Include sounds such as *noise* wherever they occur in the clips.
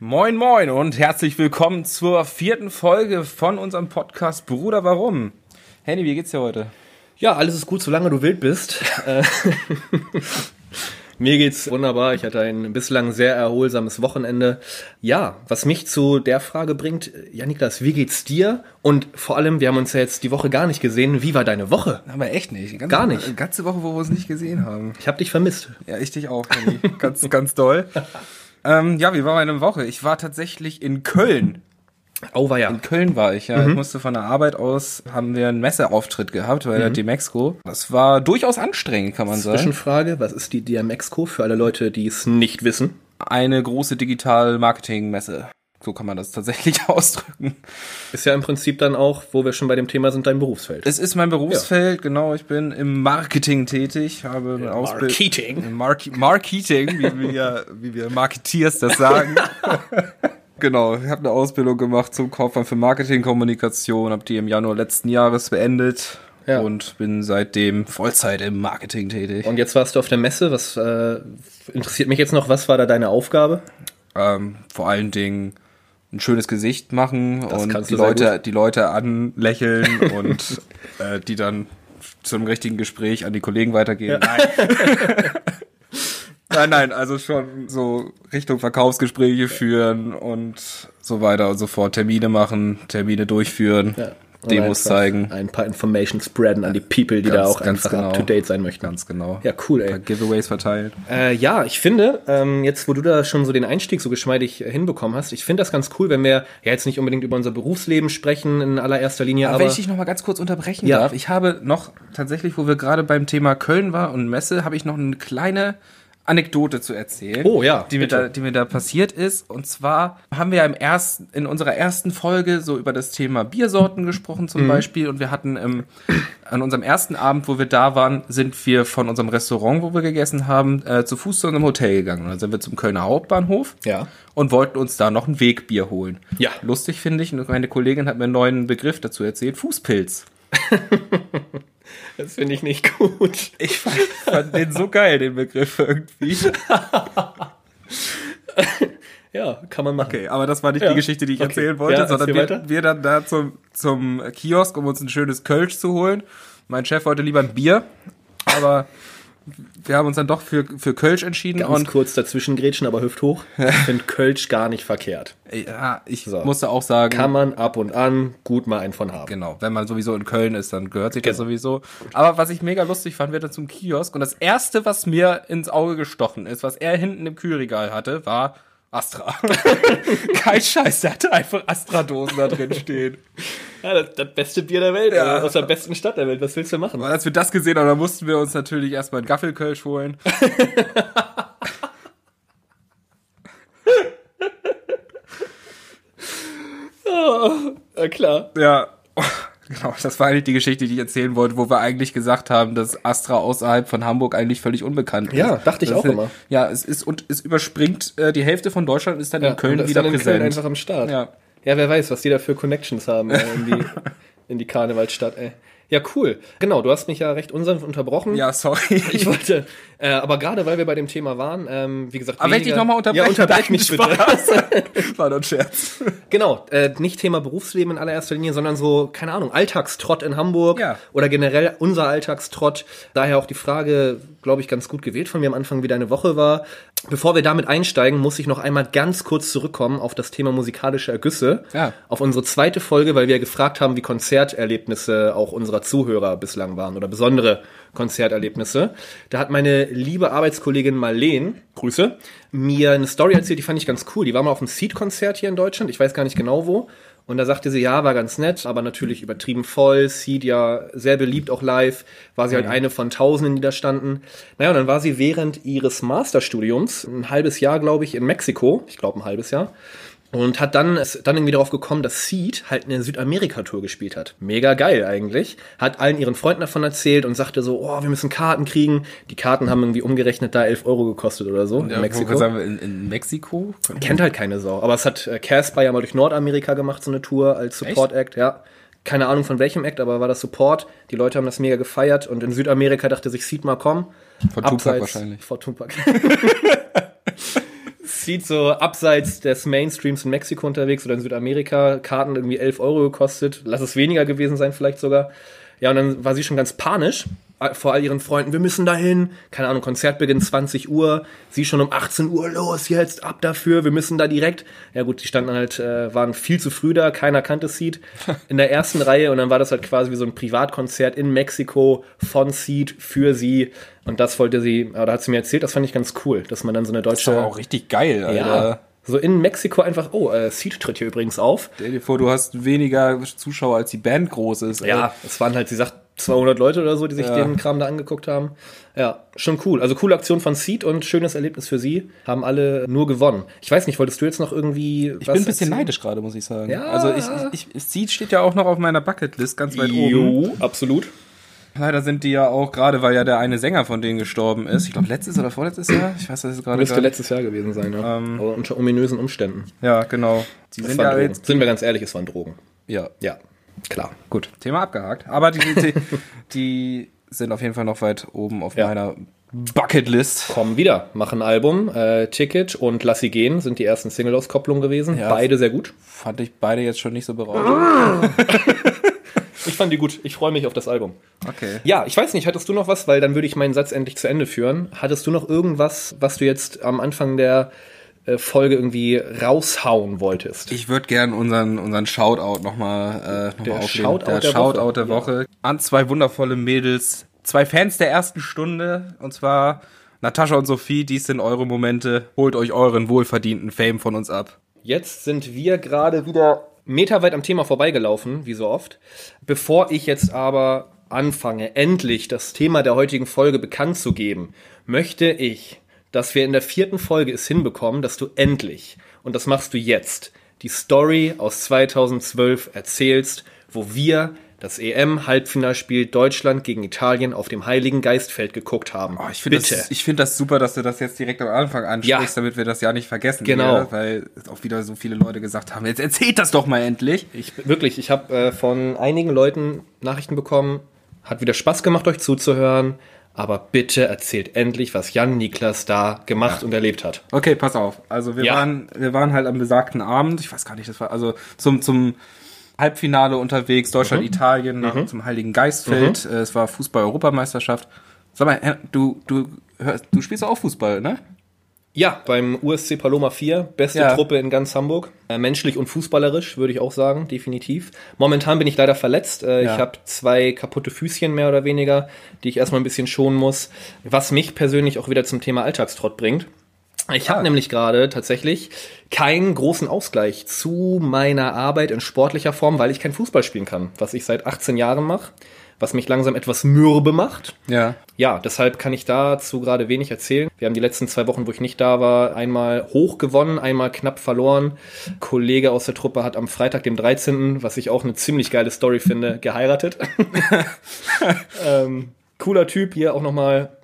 Moin, moin und herzlich willkommen zur vierten Folge von unserem Podcast Bruder, warum? Henny, wie geht's dir heute? Ja, alles ist gut, solange du wild bist. Äh, *laughs* Mir geht's wunderbar. Ich hatte ein bislang sehr erholsames Wochenende. Ja, was mich zu der Frage bringt, ja, Niklas, wie geht's dir? Und vor allem, wir haben uns ja jetzt die Woche gar nicht gesehen. Wie war deine Woche? Aber echt nicht. Ganze, Gar nicht. eine Ganze Woche, wo wir uns nicht gesehen haben. Ich habe dich vermisst. Ja, ich dich auch, Henny. *laughs* ganz, ganz doll. Ähm, ja, wie war meine Woche? Ich war tatsächlich in Köln. Oh, war ja. In Köln war ich, ja. Mhm. Ich musste von der Arbeit aus, haben wir einen Messeauftritt gehabt bei der Mhm. Demexco. Das war durchaus anstrengend, kann man sagen. Zwischenfrage, was ist die DMXCO für alle Leute, die es nicht wissen? Eine große Digital-Marketing-Messe. So kann man das tatsächlich *laughs* ausdrücken. Ist ja im Prinzip dann auch, wo wir schon bei dem Thema sind, dein Berufsfeld. Es ist mein Berufsfeld, genau. Ich bin im Marketing tätig, habe eine Ausbildung. Marketing. Im Mar Marketing, wie wir, wie wir Marketeers das *laughs* sagen. genau, ich habe eine Ausbildung gemacht zum Kaufmann für Marketingkommunikation, habe die im Januar letzten Jahres beendet Ja. und bin seitdem Vollzeit im Marketing tätig. Und jetzt warst du auf der Messe. Was äh, interessiert mich jetzt noch? Was war da deine Aufgabe? ähm, vor allen Dingen ein schönes Gesicht machen und kannst die du sehr Leute, die Leute anlächeln *laughs* und äh, die dann zum richtigen Gespräch an die Kollegen weitergeben. Nein. *laughs* nein, nein, also schon so Richtung Verkaufsgespräche führen und so weiter und so fort. Termine machen, Termine durchführen, Demos Einfach zeigen. Ein paar Informations spreaden an die People, die da Ganz- auch ganz einfach genau. up to date sein möchten. Ganz genau. Ja, cool, Ein ey. paar Giveaways verteilen. Äh, ja, ich finde, ähm, jetzt wo du da schon so den Einstieg so geschmeidig äh, hinbekommen hast, ich finde das ganz cool, wenn wir ja jetzt nicht unbedingt über unser Berufsleben sprechen in allererster Linie, Aber aber wenn ich dich noch mal ganz kurz unterbrechen Ja. darf, ich habe noch tatsächlich, wo wir gerade beim Thema Köln war und Messe, habe ich noch eine kleine Anekdote zu erzählen. Oh, ja, die mir, bitte. da, die mir da passiert ist. Und zwar haben wir ja im ersten, in unserer ersten Folge so über das Thema Biersorten gesprochen Mhm. zum Beispiel. Und wir hatten im, an unserem ersten Abend, wo wir da waren, sind wir von unserem Restaurant, wo wir gegessen haben, äh, zu Fuß zu unserem Hotel gegangen. Und dann sind wir zum Kölner Hauptbahnhof Ja. und wollten uns da noch ein Wegbier holen. Ja. Lustig finde ich, und meine Kollegin hat mir einen neuen Begriff dazu erzählt, Fußpilz. *laughs* das finde ich nicht gut. Ich fand, fand den so geil, den Begriff irgendwie. Ja, kann man machen. Okay, aber das war nicht Ja. die Geschichte, die ich Okay. erzählen wollte, Ja, sondern erzähl wir, weiter. wir dann da zum, zum Kiosk, um uns ein schönes Kölsch zu holen. Mein Chef wollte lieber ein Bier, aber wir haben uns dann doch für, für Kölsch entschieden. Ganz und kurz dazwischen grätschen, aber hüfthoch. *laughs* Ich finde Kölsch gar nicht verkehrt. ja, ich So. musste auch sagen, Kann man ab und an gut mal einen von haben. Genau, wenn man sowieso in Köln ist, dann gehört sich das Genau. sowieso. Aber was ich mega lustig fand, wir dann zum Kiosk und das erste, was mir ins Auge gestochen ist, was er hinten im Kühlregal hatte, war Astra. *laughs* Kein Scheiß, der hatte einfach Astra-Dosen da drin stehen. Ja, das, das beste Bier der Welt, äh, aus der besten Stadt der Welt. Was willst du machen? Und als wir das gesehen haben, dann mussten wir uns natürlich erstmal einen Gaffelkölsch holen. Ja, Äh, klar. Ja. Genau, das war eigentlich die Geschichte, die ich erzählen wollte, wo wir eigentlich gesagt haben, dass Astra außerhalb von Hamburg eigentlich völlig unbekannt ist. Ja, dachte ich das auch immer. Ja, es ist und es überspringt äh, die Hälfte von Deutschland und ist dann in und Köln das wieder dann in präsent. Köln einfach am Start. Ja. ja, wer weiß, was die da für Connections haben äh, in *laughs* die, in die Karnevalstadt, ey. Ja, cool. Genau, du hast mich ja recht unsanft unterbrochen. Ja, sorry. Ich wollte, äh, aber gerade weil wir bei dem Thema waren, ähm, wie *laughs* gesagt, Aber Ah, wenn ich dich nochmal unterbreche, ja, *laughs* unterbrech dann mich bitte. Spaß. *laughs* War doch ein Scherz. Genau, äh, nicht Thema Berufsleben in allererster Linie, sondern so, keine Ahnung, Alltagstrott in Hamburg Ja. oder generell unser Alltagstrott. Daher auch die Frage, glaube ich, ganz gut gewählt von mir am Anfang, wie deine Woche war. Bevor wir damit einsteigen, muss ich noch einmal ganz kurz zurückkommen auf das Thema musikalische Ergüsse. Ja. Auf unsere zweite Folge, weil wir gefragt haben, wie Konzerterlebnisse auch unserer Zuhörer bislang waren oder besondere Konzerterlebnisse. Da hat meine liebe Arbeitskollegin Marleen, Grüße, mir eine Story erzählt, die fand ich ganz cool. Die war mal auf einem Seed-Konzert hier in Deutschland, ich weiß gar nicht genau wo. Und da sagte sie, ja, war ganz nett, aber natürlich übertrieben voll. Seed ja sehr beliebt, auch live. War sie halt eine von Tausenden, die da standen. Naja, und dann war sie während ihres Masterstudiums, ein halbes Jahr, glaube ich, in Mexiko. Ich glaube, ein halbes Jahr. Und hat dann, ist dann irgendwie darauf gekommen, dass Seed halt eine Südamerika-Tour gespielt hat. Mega geil eigentlich. Hat allen ihren Freunden davon erzählt und sagte so, oh, wir müssen Karten kriegen. Die Karten haben irgendwie umgerechnet da 11 Euro gekostet oder so in Mexiko. Sagen wir, in, in Mexiko? Kennt halt keine Sau. Aber es hat äh, Casper ja mal durch Nordamerika gemacht, so eine Tour als Support-Act, ja. Keine Ahnung von welchem Act, aber war das Support. Die Leute haben das mega gefeiert und in Südamerika dachte sich, sieht mal komm. Von Tupac wahrscheinlich. Von Tupac. explizit so abseits des Mainstreams in Mexiko unterwegs oder in Südamerika. Karten irgendwie 11 Euro gekostet. Lass es weniger gewesen sein vielleicht sogar. Ja, und dann war sie schon ganz panisch äh, vor all ihren Freunden. Wir müssen dahin. Keine Ahnung, Konzertbeginn 20 Uhr. Sie schon um 18 Uhr los. Jetzt ab dafür. Wir müssen da direkt. Ja gut, die standen halt, äh, waren viel zu früh da. Keiner *laughs* kannte Seed in der ersten Reihe. Und dann war das halt quasi wie so ein Privatkonzert in Mexiko von Seed für sie. Und das wollte sie, oder hat sie mir erzählt, das fand ich ganz cool, dass man dann so eine deutsche. Das ist aber auch richtig geil, Alter. ja, so in Mexiko einfach, oh, äh, Seed tritt hier übrigens auf. Stell dir vor, du hast weniger Zuschauer, als die Band groß ist. ey. Ja, es waren halt, sie sagt, 200 Leute oder so, die sich Ja. den Kram da angeguckt haben. Ja, schon cool. Also coole Aktion von Seed und schönes Erlebnis für sie. Haben alle nur gewonnen. Ich weiß nicht, wolltest du jetzt noch irgendwie Ich bin ein bisschen neidisch gerade, muss ich sagen. Ja. Also ich, ich, ich, Seed steht ja auch noch auf meiner Bucketlist ganz weit oben. Jo, absolut. Oh Leider sind die ja auch gerade, weil ja der eine Sänger von denen gestorben ist. Ich glaube letztes oder vorletztes Jahr. Ich weiß das jetzt gerade Müsste gar nicht. letztes Jahr gewesen sein, ja. Ähm. Aber unter ominösen Umständen. Ja, genau. Die Es sind waren ja Drogen. jetzt. Sind wir ganz ehrlich, es waren Drogen. Ja, Ja, klar. gut. Thema abgehakt. Aber die, die, die sind auf jeden Fall noch weit oben auf Ja. meiner Bucketlist. Kommen wieder, machen ein Album. Äh, Ticket und Lass sie gehen sind die ersten Single-Auskopplungen gewesen. Ja. Beide sehr gut. Fand ich beide jetzt schon nicht so berauschend. Ich fand die gut. Ich freue mich auf das Album. Okay. Ja, ich weiß nicht, hattest du noch was, weil dann würde ich meinen Satz endlich zu Ende führen. Hattest du noch irgendwas, was du jetzt am Anfang der äh, Folge irgendwie raushauen wolltest? Ich würde gern unseren, unseren Shoutout nochmal äh, noch Der mal aufnehmen. Shoutout der, der Shoutout Woche. der Woche an zwei wundervolle Mädels, zwei Fans der ersten Stunde und zwar Natascha und Sophie, dies sind eure Momente. Holt euch euren wohlverdienten Fame von uns ab. Jetzt sind wir gerade wieder meterweit am Thema vorbeigelaufen, wie so oft. Bevor ich jetzt aber anfange, endlich das Thema der heutigen Folge bekannt zu geben, möchte ich, dass wir in der vierten Folge es hinbekommen, dass du endlich, und das machst du jetzt, die Story aus 2012 erzählst, wo wir das EM-Halbfinalspiel Deutschland gegen Italien auf dem Heiligen Geistfeld geguckt haben. Oh, ich finde das, ich find das super, dass du das jetzt direkt am Anfang ansprichst, Ja. damit wir das ja nicht vergessen. Genau. Ja, weil auch wieder so viele Leute gesagt haben, jetzt erzählt das doch mal endlich. Ich, wirklich, ich habe äh, von einigen Leuten Nachrichten bekommen, hat wieder Spaß gemacht, euch zuzuhören, aber bitte erzählt endlich, was Jan Niklas da gemacht und erlebt hat. Okay, pass auf. Also wir Ja. waren, wir waren halt am besagten Abend, ich weiß gar nicht, das war also zum zum Halbfinale unterwegs, Deutschland, Italien, nach, zum Heiligen Geistfeld. Äh, Es war Fußball-Europameisterschaft. Sag mal, Herr, du du hörst, du spielst auch Fußball, ne? Ja, beim USC Paloma 4, beste Ja. Truppe in ganz Hamburg. Äh, menschlich und fußballerisch, würde ich auch sagen, definitiv. Momentan bin ich leider verletzt. Äh, Ja. Ich habe zwei kaputte Füßchen mehr oder weniger, die ich erstmal ein bisschen schonen muss. Was mich persönlich auch wieder zum Thema Alltagstrott bringt. Ich Ah. habe nämlich gerade tatsächlich keinen großen Ausgleich zu meiner Arbeit in sportlicher Form, weil ich kein Fußball spielen kann, was ich seit 18 Jahren mache, was mich langsam etwas mürbe macht. Ja. Ja, deshalb kann ich dazu gerade wenig erzählen. Wir haben die letzten zwei Wochen, wo ich nicht da war, einmal hoch gewonnen, einmal knapp verloren. Ein Kollege aus der Truppe hat am Freitag, dem 13., was ich auch eine ziemlich geile Story *laughs* finde, geheiratet. ähm, cooler Typ hier auch nochmal.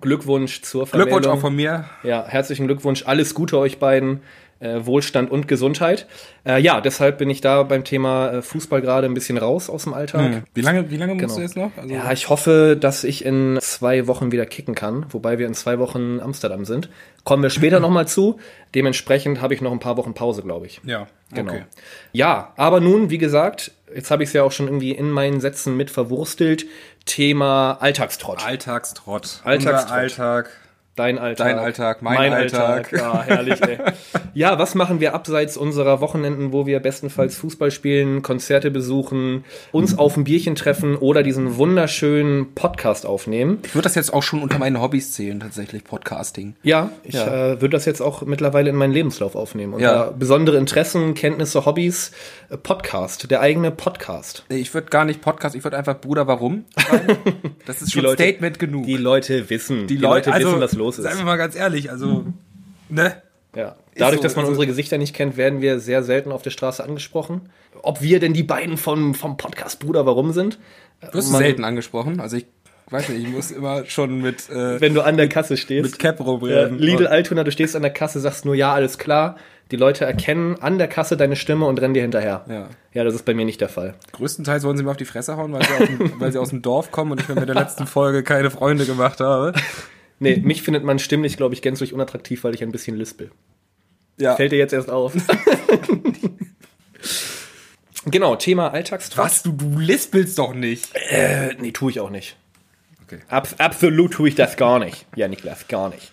Glückwunsch zur Vermählung. Glückwunsch auch von mir. Ja, herzlichen Glückwunsch. Alles Gute euch beiden. Äh, Wohlstand und Gesundheit. Äh, ja, deshalb bin ich da beim Thema äh, Fußball gerade ein bisschen raus aus dem Alltag. Wie lange wie lange musst Genau. du jetzt noch? Also, Ja, ich hoffe, dass ich in zwei Wochen wieder kicken kann, wobei wir in zwei Wochen Amsterdam sind. Kommen wir *laughs* später nochmal zu. Dementsprechend habe ich noch ein paar Wochen Pause, glaube ich. ja, Genau. Okay. Ja, aber nun, wie gesagt, jetzt habe ich es ja auch schon irgendwie in meinen Sätzen mit verwurstelt. Thema Alltagstrott. Alltagstrott. Alltagstrott. Unser Alltag. Dein Alltag. Dein Alltag, mein Alltag. Ja, herrlich, *laughs* ey. ja, was machen wir abseits unserer Wochenenden, wo wir bestenfalls Fußball spielen, Konzerte besuchen, Mhm. uns auf ein Bierchen treffen oder diesen wunderschönen Podcast aufnehmen? Ich würde das jetzt auch schon unter meine Hobbys zählen, tatsächlich Podcasting. Ja, ich Ja. Äh, würde das jetzt auch mittlerweile in meinen Lebenslauf aufnehmen. Und Ja. da besondere Interessen, Kenntnisse, Hobbys, äh, Podcast, der eigene Podcast. Nee, Ich würde gar nicht Podcast, ich würde einfach Bruder, *laughs* warum? schreiben. Das ist schon Leute- Statement genug. also, Die Leute wissen, die, wissen, was los Seien wir ist. mal ganz ehrlich, also, ne? Ja. Dadurch, so, dass man also- unsere Gesichter nicht kennt, werden wir sehr selten auf der Straße angesprochen. Ob wir denn die beiden vom, vom Podcast Bruder Warum sind? Wirst du Man- selten angesprochen. Also ich weiß nicht, ich muss immer schon mit, äh, Wenn du an der Kasse stehst. mit Cap Äh, rumreden. Lidl Altona, du stehst an der Kasse, sagst nur ja, alles klar. Die Leute erkennen an der Kasse deine Stimme und rennen dir hinterher. Ja. ja, das ist bei mir nicht der Fall. Und größtenteils wollen sie mir auf die Fresse hauen, weil sie, aus *laughs* dem, weil sie aus dem Dorf kommen und ich mir mit der letzten Folge keine Freunde gemacht habe. Nee, mich findet man stimmlich, glaube ich, gänzlich unattraktiv, weil ich ein bisschen lispel. Ja. Fällt dir jetzt erst auf. *laughs* genau, Thema Alltagstrott. Was? Du, du lispelst doch nicht. Äh, nee, tue ich auch nicht. Okay. Ab, absolut tue ich das gar nicht. Ja, Niklas, gar nicht.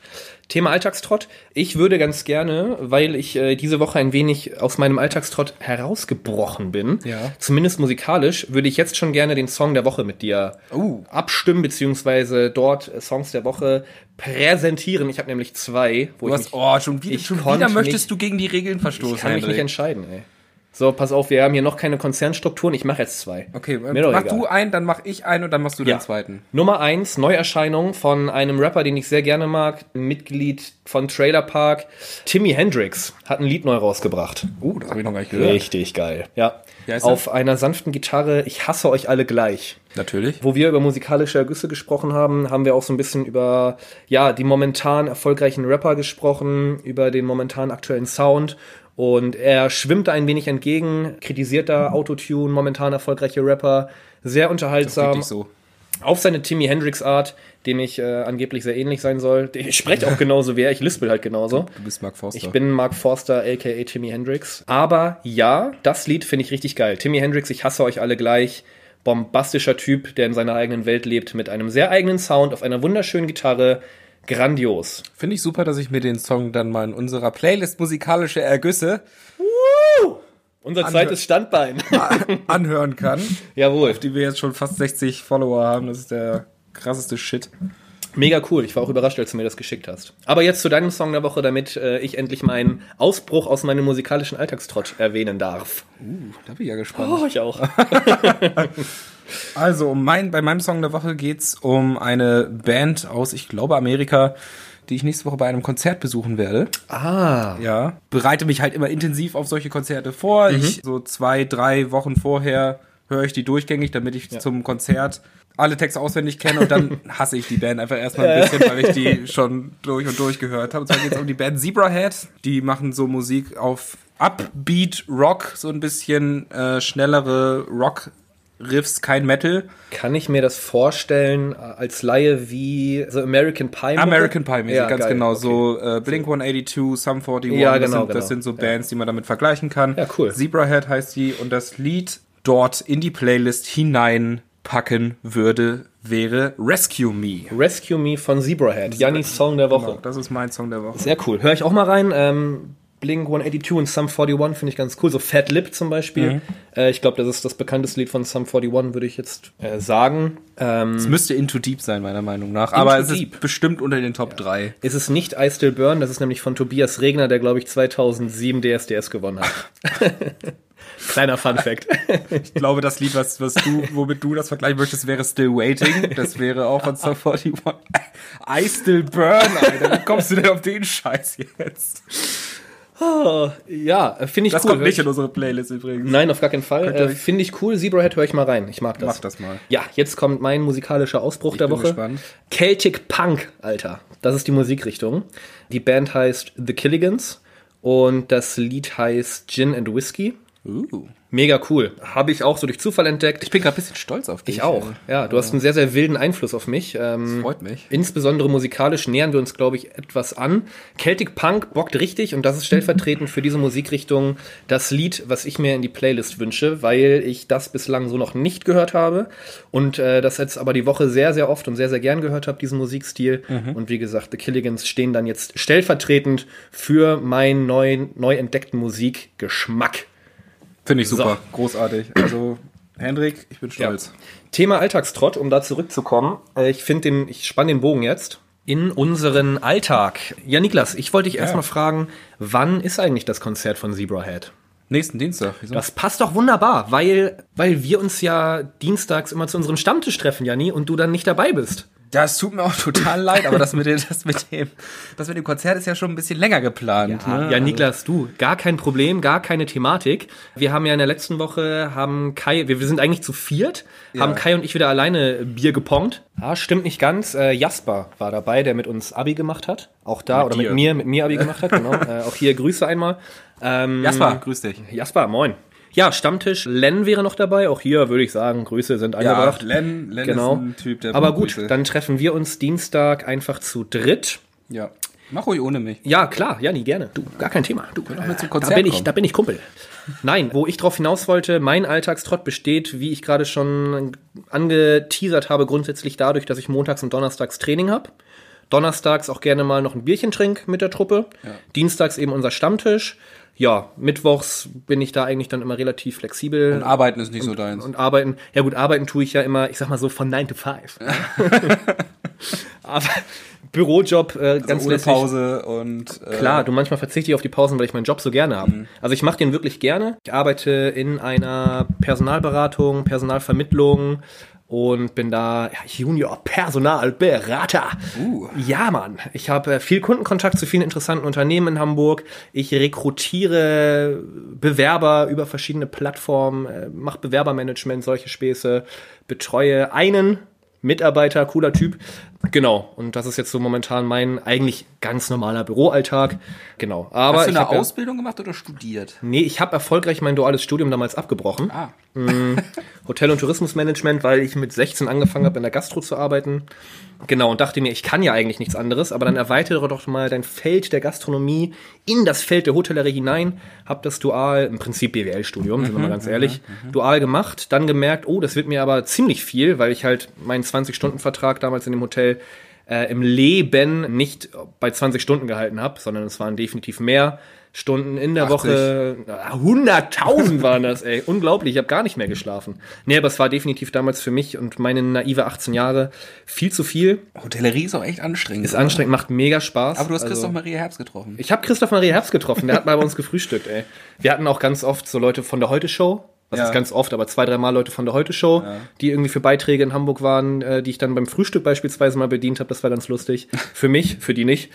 Thema Alltagstrott. Ich würde ganz gerne, weil ich äh, diese Woche ein wenig aus meinem Alltagstrott herausgebrochen bin, Ja. zumindest musikalisch, würde ich jetzt schon gerne den Song der Woche mit dir Oh. abstimmen, beziehungsweise dort äh, Songs der Woche präsentieren. Ich habe nämlich zwei, wo Du ich, hast, oh, schon wieder, ich schon konnte wieder möchtest nicht- du gegen die Regeln verstoßen. mich, kann mich Hendrik. nicht entscheiden. Ey. So, pass auf, wir haben hier noch keine Konzernstrukturen. Ich mache jetzt zwei. Okay, äh, Mir doch mach egal. du einen, dann mach ich einen und dann machst du Ja. den zweiten. Nummer eins Neuerscheinung von einem Rapper, den ich sehr gerne mag, ein Mitglied von Trailer Park. Timmy Hendrix hat ein Lied neu rausgebracht. Oh, das habe ich noch gar nicht Richtig geil. Ja. Wie heißt Auf einer sanften Gitarre, ich hasse euch alle gleich. Natürlich. Wo wir über musikalische Ergüsse gesprochen haben, haben wir auch so ein bisschen über ja, die momentan erfolgreichen Rapper gesprochen, über den momentan aktuellen Sound. Und er schwimmt da ein wenig entgegen, kritisiert da Autotune, momentan erfolgreiche Rapper. Sehr unterhaltsam, Richtig so. auf seine Timmy Hendrix Art, dem ich äh, angeblich sehr ähnlich sein soll. Ich spreche auch genauso wie er, ich lispel halt genauso. Du bist Mark Forster. Ich bin Mark Forster, aka Timmy Hendrix. Aber ja, das Lied finde ich richtig geil. Timmy Hendrix, ich hasse euch alle gleich. Bombastischer Typ, der in seiner eigenen Welt lebt, mit einem sehr eigenen Sound, auf einer wunderschönen Gitarre. Grandios. Finde ich super, dass ich mir den Song dann mal in unserer Playlist musikalische Ergüsse *laughs* Unser zweites Standbein. *laughs* anhören kann. Jawohl. Die wir jetzt schon fast 60 Follower haben. Das ist der krasseste Shit. Oh, Mega cool. Ich war auch überrascht, als du mir das geschickt hast. Aber jetzt zu deinem Song der Woche, damit äh, ich endlich meinen Ausbruch aus meinem musikalischen Alltagstrott erwähnen darf. Da bin ich ja gespannt. Oh, ich auch. Also, um mein, bei meinem Song der Woche geht's um eine Band aus, ich glaube, Amerika, die ich nächste Woche bei einem Konzert besuchen werde. *laughs* Ah. Ja. Bereite mich halt immer intensiv auf solche Konzerte vor. Ich so zwei, drei Wochen vorher höre ich die durchgängig, damit ich zum Konzert alle Texte auswendig kenne und dann hasse ich die Band einfach erstmal ein bisschen, weil ich die schon durch und durch gehört habe. Und zwar geht's um die Band Zebrahead. Die machen so Musik auf Upbeat Rock, so ein bisschen äh, schnellere Rock Riffs, kein Metal. Kann ich mir das vorstellen äh, als Laie wie so American Pie? -Mucke? American Pie mäßig, ganz geil, genau. okay. So äh, Blink 182, Sum 41, Ja, das, genau, sind, genau. das sind so Bands, die man damit vergleichen kann. Ja, cool. Zebrahead heißt die und das Lied dort in die Playlist hineinpacken würde, wäre Rescue Me. Genau, Rescue Me von Zebrahead. Jannis Song der Woche. Das ist mein Song der Woche. Sehr cool. Hör ich auch mal rein. Ähm, Blink 182 und Sum 41 finde ich ganz cool. So Fat Lip zum Beispiel. Äh, ich glaube, das ist das bekannteste Lied von Sum 41, würde ich jetzt äh, sagen. Ähm, Es müsste Into Deep sein, meiner Meinung nach, aber es Deep. ist bestimmt unter den Top 3. ist es nicht I Still Burn? Das ist nämlich von Tobias Regner, der, glaube ich, 2007 DSDS gewonnen hat. *laughs* Kleiner Fun Fact. Ich glaube, das Lied, was, was du, womit du das vergleichen möchtest, wäre Still Waiting. Das wäre auch von Sum 41. *laughs* I Still Burn, Alter. Wie kommst du denn auf den Scheiß jetzt? Oh, ja, äh, finde ich Das cool. kommt Hör ich- nicht in unsere Playlist übrigens. Nein, auf gar keinen Fall. Könnt ihr Äh, euch- Finde ich cool. Zebrahead höre ich mal rein. Ich mag das. Mach das mal. Ja, jetzt kommt mein musikalischer Ausbruch der bin Woche. gespannt. Celtic Punk, Alter. Das ist die Musikrichtung. Die Band heißt The Killigans und das Lied heißt Gin and Whiskey. Uh, Mega cool. Habe ich auch so durch Zufall entdeckt. Ich bin gerade ein bisschen stolz auf dich. Ich auch. Ja, du hast einen sehr, sehr wilden Einfluss auf mich. Ähm, Freut mich. Insbesondere musikalisch nähern wir uns, glaube ich, etwas an. Celtic Punk bockt richtig und das ist stellvertretend für diese Musikrichtung das Lied, was ich mir in die Playlist wünsche, weil ich das bislang so noch nicht gehört habe und äh, das jetzt aber die Woche sehr, sehr oft und sehr, sehr gern gehört habe, diesen Musikstil. Mhm. Und wie gesagt, The Killigans stehen dann jetzt stellvertretend für meinen neuen, neu entdeckten Musikgeschmack. Finde ich super. super. Großartig. Also, Hendrik, ich bin Ja. stolz. Thema Alltagstrott, um da zurückzukommen. Äh, Ich finde den, ich spann den Bogen jetzt. In unseren Alltag. Ja, Niklas, ich wollte dich erstmal fragen, wann ist eigentlich das Konzert von Zebrahead? Nächsten Dienstag. Wieso? Das passt doch wunderbar, weil, weil wir uns ja dienstags immer zu unserem Stammtisch treffen, Janni, und du dann nicht dabei bist. Das tut mir auch total leid, aber das mit, dem, das, mit dem, das mit dem Konzert ist ja schon ein bisschen länger geplant. ne? Ah, Ja, Niklas, du, gar kein Problem, gar keine Thematik. Wir haben ja in der letzten Woche, haben Kai, wir, wir sind eigentlich zu viert, haben Kai und ich wieder alleine Bier gepongt. Ah, stimmt nicht ganz. Äh, Jasper war dabei, der mit uns Abi gemacht hat. Auch da, oder mit dir. mir, mit mir Abi gemacht hat, *laughs* genau. äh, auch hier Grüße einmal. Ähm, Jasper, grüß dich. Jasper, moin. Ja, Stammtisch, Len wäre noch dabei. Auch hier würde ich sagen, Grüße sind angebracht. Len, Len genau. ist ein Typ, der Aber gut, Grüße. dann treffen wir uns Dienstag einfach zu dritt. Ja. Mach ruhig ohne mich. Ja, klar, Janni, gerne. Du, gar kein Thema. Du, auch äh, mit zum da Konzert bin ich, kommen. da bin ich Kumpel. Nein, wo ich drauf hinaus wollte, mein Alltagstrott besteht, wie ich gerade schon angeteasert habe, grundsätzlich dadurch, dass ich montags und donnerstags Training habe. Donnerstags auch gerne mal noch ein Bierchen trink mit der Truppe. Dienstags eben unser Stammtisch. Ja, mittwochs bin ich da eigentlich dann immer relativ flexibel Und arbeiten ist nicht so deins. und arbeiten. Ja gut, arbeiten tue ich ja immer, ich sag mal so von 9 *laughs* to 5. *laughs* Aber Bürojob äh, ganz Also ohne lässig. Pause und äh, Klar, du manchmal verzichte ich auf die Pausen, weil ich meinen Job so gerne habe. Also ich mache den wirklich gerne. Ich arbeite in einer Personalberatung, Personalvermittlung und bin da ja, Junior Personalberater. Ja, Mann. Ich habe äh, viel Kundenkontakt zu vielen interessanten Unternehmen in Hamburg. Ich rekrutiere Bewerber über verschiedene Plattformen, äh, mache Bewerbermanagement, solche Späße, betreue einen Mitarbeiter, cooler Typ. Genau. Und das ist jetzt so momentan mein eigentlich ganz normaler Büroalltag. Genau. Aber hast du ich eine hab ja- Hm. Ausbildung gemacht oder studiert? Nee, ich habe erfolgreich mein duales Studium damals abgebrochen. Ah, Hotel- und Tourismusmanagement, weil ich mit 16 angefangen habe, in der Gastro zu arbeiten. Genau, und dachte mir, ich kann ja eigentlich nichts anderes, aber dann erweitere doch mal dein Feld der Gastronomie in das Feld der Hotellerie hinein. Hab das Dual, im Prinzip BWL-Studium, sind wir mal ganz ehrlich, Dual gemacht, dann gemerkt, oh, das wird mir aber ziemlich viel, weil ich halt meinen 20-Stunden-Vertrag damals in dem Hotel äh, im Leben nicht bei 20 Stunden gehalten habe, sondern es waren definitiv mehr Stunden in der 80. Woche. Na, 100.000 Äh, waren das, ey. Unglaublich, ich habe gar nicht mehr geschlafen. Nee, aber es war definitiv damals für mich und meine naive 18 Jahre viel zu viel. Hotellerie ist auch echt anstrengend. Ist anstrengend, macht mega Spaß. Aber du hast Also- Christoph Maria Herbst getroffen. Ich habe Christoph Maria Herbst getroffen, der hat mal bei uns gefrühstückt, ey. Wir hatten auch ganz oft so Leute von der Heute-Show. Das Ja. ist ganz oft, aber zwei, dreimal Leute von der Heute-Show, die irgendwie für Beiträge in Hamburg waren, äh, die ich dann beim Frühstück beispielsweise mal bedient habe. Das war ganz lustig. Für mich, für die nicht.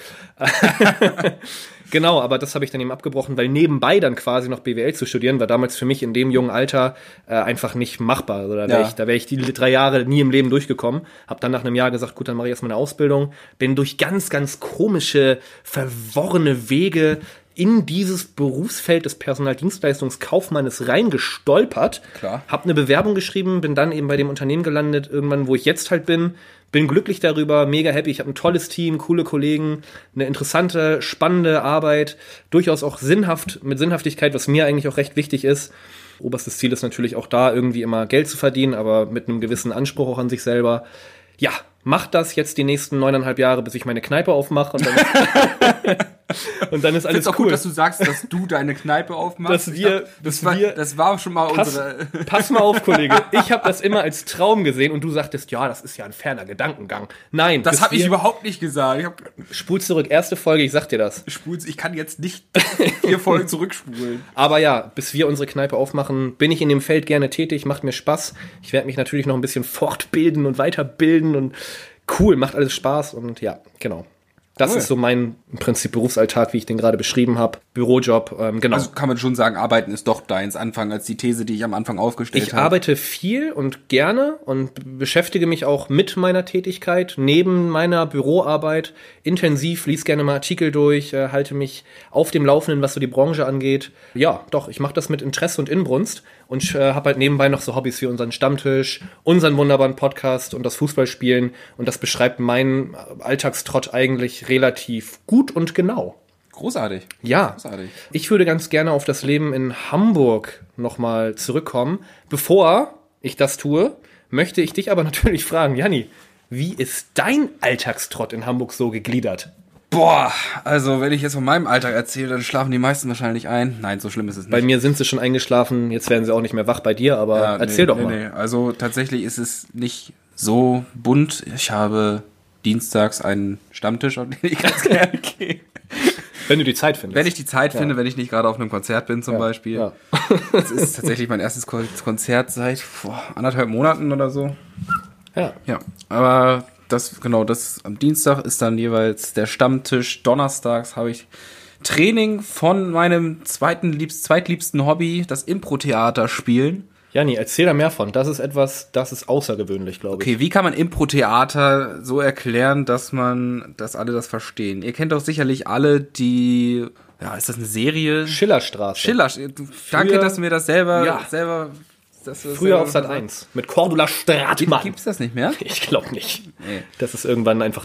Genau, aber das habe ich dann eben abgebrochen, weil nebenbei dann quasi noch BWL zu studieren, war damals für mich in dem jungen Alter äh, einfach nicht machbar. Also da wäre Ja. ich, da wär ich die drei Jahre nie im Leben durchgekommen. Habe dann nach einem Jahr gesagt, gut, dann mache ich erstmal eine Ausbildung. Bin durch ganz, ganz komische, verworrene Wege in dieses Berufsfeld des Personaldienstleistungskaufmannes reingestolpert. Klar. Hab eine Bewerbung geschrieben, bin dann eben bei dem Unternehmen gelandet, irgendwann, wo ich jetzt halt bin. Bin glücklich darüber, mega happy. Ich habe ein tolles Team, coole Kollegen, eine interessante, spannende Arbeit, durchaus auch sinnhaft, mit Sinnhaftigkeit, was mir eigentlich auch recht wichtig ist. Oberstes Ziel ist natürlich auch da, irgendwie immer Geld zu verdienen, aber mit einem gewissen Anspruch auch an sich selber. Ja, mach das jetzt die nächsten neuneinhalb Jahre, bis ich meine Kneipe aufmache und dann, *laughs* *laughs* und dann ist alles Ist auch cool. gut, dass du sagst, dass du deine Kneipe aufmachst. Dass wir- Ich das, dass war, wir- das war schon mal Pass, unsere. *laughs* pass mal auf, Kollege. Ich habe das immer als Traum gesehen und du sagtest, ja, das ist ja ein ferner Gedankengang. Nein, Das bis habe ich wir- überhaupt nicht gesagt. Ich, hab, Spul zurück, erste Folge, ich sag dir das. spul's, ich kann jetzt *laughs* nicht vier Folgen zurückspulen. Aber ja, bis wir unsere Kneipe aufmachen, bin ich in dem Feld gerne tätig, macht mir Spaß. Ich werde mich natürlich noch ein bisschen fortbilden und weiterbilden und cool, macht alles Spaß und ja, genau. Das Cool. ist so mein im Prinzip Berufsalltag, wie ich den gerade beschrieben habe. Bürojob, ähm, genau. Also kann man schon sagen, arbeiten ist doch deins Anfang als die These, die ich am Anfang aufgestellt Ich habe. arbeite viel und gerne und b- beschäftige mich auch mit meiner Tätigkeit, neben meiner Büroarbeit intensiv, lese gerne mal Artikel durch, äh, halte mich auf dem Laufenden, was so die Branche angeht. Ja, doch, ich mache das mit Interesse und Inbrunst und äh, habe halt nebenbei noch so Hobbys wie unseren Stammtisch, unseren wunderbaren Podcast und das Fußballspielen und das beschreibt meinen Alltagstrott eigentlich relativ gut und genau. Großartig. Ja, Großartig. ich würde ganz gerne auf das Leben in Hamburg nochmal zurückkommen. Bevor ich das tue, möchte ich dich aber *laughs* natürlich fragen, Janni, wie ist dein Alltagstrott in Hamburg so gegliedert? Boah, also wenn ich jetzt von meinem Alltag erzähle, dann schlafen die meisten wahrscheinlich ein. Nein, so schlimm ist es nicht. Bei mir sind sie schon eingeschlafen, jetzt werden sie auch nicht mehr wach bei dir, aber Ja, erzähl nee, doch nee, mal. nee. Also tatsächlich ist es nicht so bunt. Ich habe dienstags einen Stammtisch, auf den ich ganz *laughs* *laughs* gerne gehe. Wenn du die Zeit findest. Wenn ich die Zeit finde, wenn ich nicht gerade auf einem Konzert bin zum Beispiel. *laughs* ja. Das ist tatsächlich mein erstes Kon- Konzert seit boah, anderthalb Monaten oder so. ja. Ja, aber das, genau, das am Dienstag ist dann jeweils der Stammtisch. Donnerstags habe ich Training von meinem zweiten liebst, zweitliebsten Hobby, das Impro-Theater spielen. Janni, erzähl da mehr von. Das ist etwas, das ist außergewöhnlich, glaube ich. Okay, wie kann man Impro-Theater so erklären, dass man, dass alle das verstehen? Ihr kennt doch sicherlich alle die, ja, ist das eine Serie? Schillerstraße. äh, Schiller. Danke, dass du mir das selber, Ja. selber das ist Früher auf Sat 1 mit Cordula Stratmann. Gibt's das nicht mehr? *laughs* Ich glaube nicht. Das ist irgendwann einfach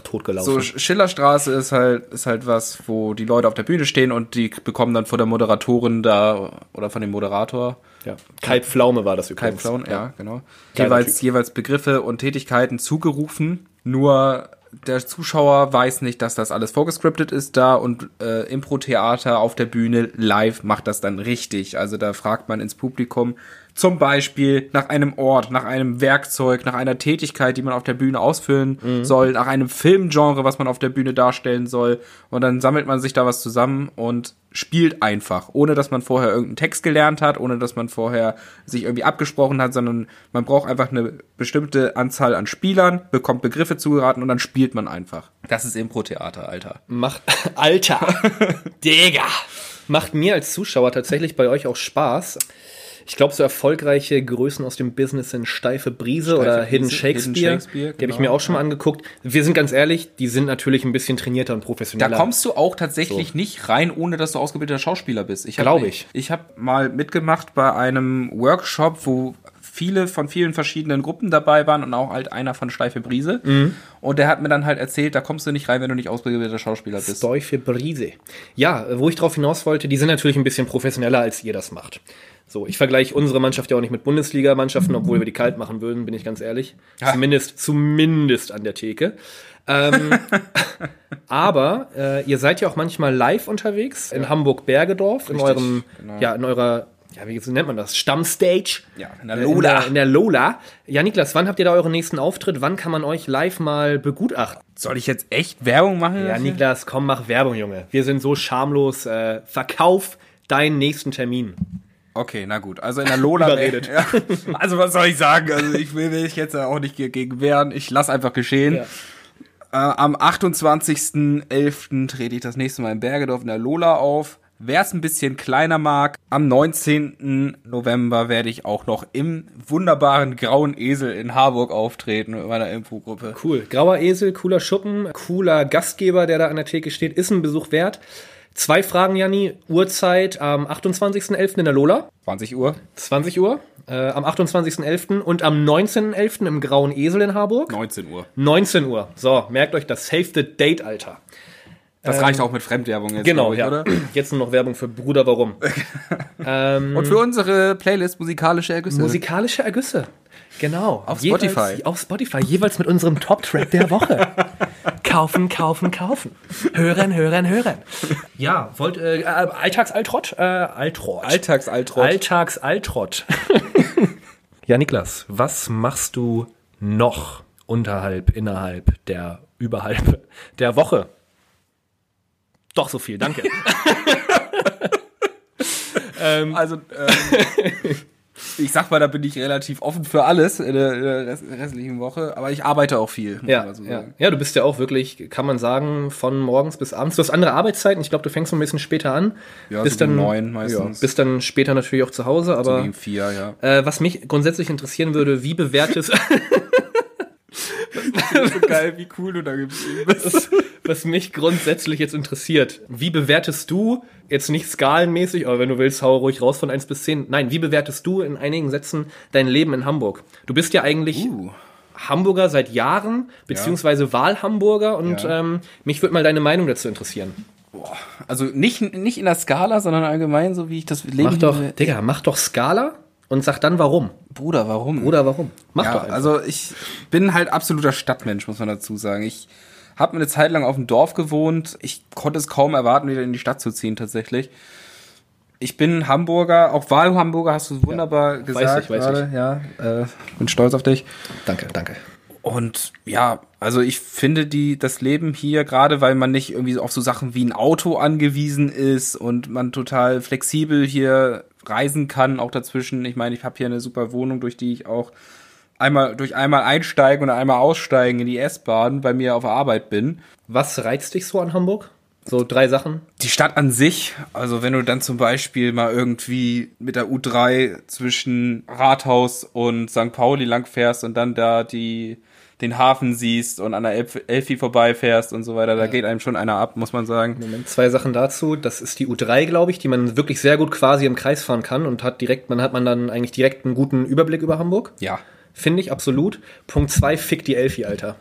*laughs* totgelaufen. So Schillerstraße ist halt ist halt was, wo die Leute auf der Bühne stehen und die bekommen dann von der Moderatorin da oder von dem Moderator ja. Kai Pflaume war das Kai übrigens. Pflaun, ja, genau. Geiler jeweils, Typ. jeweils Begriffe und Tätigkeiten zugerufen, nur der Zuschauer weiß nicht, dass das alles vorgescriptet ist da und äh, Impro-Theater auf der Bühne live macht das dann richtig. Also da fragt man ins Publikum zum Beispiel nach einem Ort, nach einem Werkzeug, nach einer Tätigkeit, die man auf der Bühne ausführen Mhm. soll, nach einem Filmgenre, was man auf der Bühne darstellen soll. Und dann sammelt man sich da was zusammen und spielt einfach, ohne dass man vorher irgendeinen Text gelernt hat, ohne dass man vorher sich irgendwie abgesprochen hat, sondern man braucht einfach eine bestimmte Anzahl an Spielern, bekommt Begriffe zugeraten und dann spielt man einfach. Das ist Impro-Theater, Alter. Macht, *laughs* Alter, Digga. Macht mir als Zuschauer tatsächlich bei euch auch Spaß. Ich glaube, so erfolgreiche Größen aus dem Business sind Steife Brise oder Brise, Hidden Shakespeare. Hidden Shakespeare, Die habe ich genau. mir auch schon mal angeguckt. Wir sind ganz ehrlich, die sind natürlich ein bisschen trainierter und Da professioneller. kommst du auch tatsächlich nicht rein, ohne dass du ausgebildeter Schauspieler bist. Ich hab- Glaub ich. Ich habe mal mitgemacht bei einem Workshop, wo viele von vielen verschiedenen Gruppen dabei waren und auch halt einer von Steife Brise. Mhm. Und der hat mir dann halt erzählt, da kommst du nicht rein, wenn du nicht ausgebildeter Schauspieler bist. Steife Brise. Ja, wo ich drauf hinaus wollte, die sind natürlich ein bisschen professioneller, als ihr das macht. So, ich vergleiche unsere Mannschaft ja auch nicht mit Bundesliga-Mannschaften, obwohl wir die kalt machen würden, bin ich ganz ehrlich. Zumindest, zumindest an der Theke. *laughs* Ähm, aber äh, ihr seid ja auch manchmal live unterwegs in Hamburg-Bergedorf, in Richtig, Genau. eurem, ja, in eurer, ja, wie nennt man das? Stammstage. Ja, in der Äh, Lola. In der, in der Lola. Ja, Niklas, wann habt ihr da euren nächsten Auftritt? Wann kann man euch live mal begutachten? Soll ich jetzt echt Werbung machen? Ja, dafür? Niklas, komm, mach Werbung, Junge. Wir sind so schamlos. Äh, verkauf deinen nächsten Termin. Okay, na gut. Also in der Lola. Überredet. Ja. *laughs* Also was soll ich sagen? Also ich will mich jetzt auch nicht gegen wehren. Ich lass einfach geschehen. Ja. Äh, am 28.11. trete ich das nächste Mal in Bergedorf in der Lola auf. Wer es ein bisschen kleiner mag, am 19. November werde ich auch noch im wunderbaren Grauen Esel in Harburg auftreten mit meiner Infogruppe. Cool. Grauer Esel, cooler Schuppen, cooler Gastgeber, der da an der Theke steht. Ist ein Besuch wert. Zwei Fragen, Janni. Uhrzeit am 28.11. in der Lola. 20 Uhr, 20 Uhr. Äh, am 28.11. und am 19.11. im Grauen Esel in Harburg. 19 Uhr. 19 Uhr. So, merkt euch das. Save the Date, Alter. Das reicht auch mit Fremdwerbung jetzt, Genau, glaub ich, ja. oder? Jetzt nur noch Werbung für Bruder, warum? Und für unsere Playlist musikalische Ergüsse. Musikalische Ergüsse. Genau. Also Auf jeweils, Spotify. Auf Spotify, jeweils mit unserem Top-Track *laughs* der Woche. kaufen, kaufen, kaufen. Hören, hören, hören. Ja, wollt, äh, äh, Alltags-Altrott? Äh, Altrott. Alltagsaltrott. Alltags-Altrott. *laughs* ja, Niklas, was machst du noch unterhalb, innerhalb der, überhalb der Woche? Doch so viel, danke. Also, ähm, ich sag mal, da bin ich relativ offen für alles in der, in der rest- restlichen Woche, aber ich arbeite auch viel. muss Ja, man so ja. sagen. ja, du bist ja auch wirklich, kann man sagen, von morgens bis abends. Du hast andere Arbeitszeiten. Ich glaube, du fängst ein bisschen später an. Ja, bist so gegen neun meistens. bist dann später natürlich auch zu Hause. Aber Gegen vier, ja. äh, was mich grundsätzlich interessieren würde, wie bewertest, *laughs* *laughs* so geil, wie cool du da geblieben bist. was mich grundsätzlich jetzt interessiert, wie bewertest du, jetzt nicht skalenmäßig, aber wenn du willst, hau ruhig raus von 1 bis 10. Nein, wie bewertest du in einigen Sätzen dein Leben in Hamburg? Du bist ja eigentlich Uh. Hamburger seit Jahren, beziehungsweise Wahlhamburger und Ja. ähm, mich würde mal deine Meinung dazu interessieren. Also nicht, nicht in der Skala, sondern allgemein, so wie ich das Leben Mach doch, hier- Digga, mach doch Skala und sag dann warum. Bruder, warum? Oder warum. Mach ja, doch einfach. also ich bin halt absoluter Stadtmensch, muss man dazu sagen. Ich habe eine Zeit lang auf dem Dorf gewohnt. Ich konnte es kaum erwarten, wieder in die Stadt zu ziehen, tatsächlich. Ich bin Hamburger, auch Wahlhamburger hast du wunderbar gesagt. ich, weiß gerade. Ja, äh, bin stolz auf dich. danke, danke. Und ja, also ich finde die das Leben hier gerade, weil man nicht irgendwie auf so Sachen wie ein Auto angewiesen ist und man total flexibel hier reisen kann, auch dazwischen. Ich meine, ich habe hier eine super Wohnung, durch die ich auch einmal durch einmal einsteigen und einmal aussteigen in die S-Bahn bei mir auf der Arbeit bin. Was reizt dich so an Hamburg? So drei Sachen. Die Stadt an sich, also wenn du dann zum Beispiel mal irgendwie mit der U3 zwischen Rathaus und St. Pauli langfährst und dann da die den Hafen siehst und an der Elf Elfi vorbeifährst und so weiter. Da geht einem schon einer ab, muss man sagen. Moment, zwei Sachen dazu. Das ist die U3, glaube ich, die man wirklich sehr gut quasi im Kreis fahren kann und hat direkt, man hat man dann eigentlich direkt einen guten Überblick über Hamburg. Ja. Finde ich absolut. Punkt zwei fick die Elfi, Alter.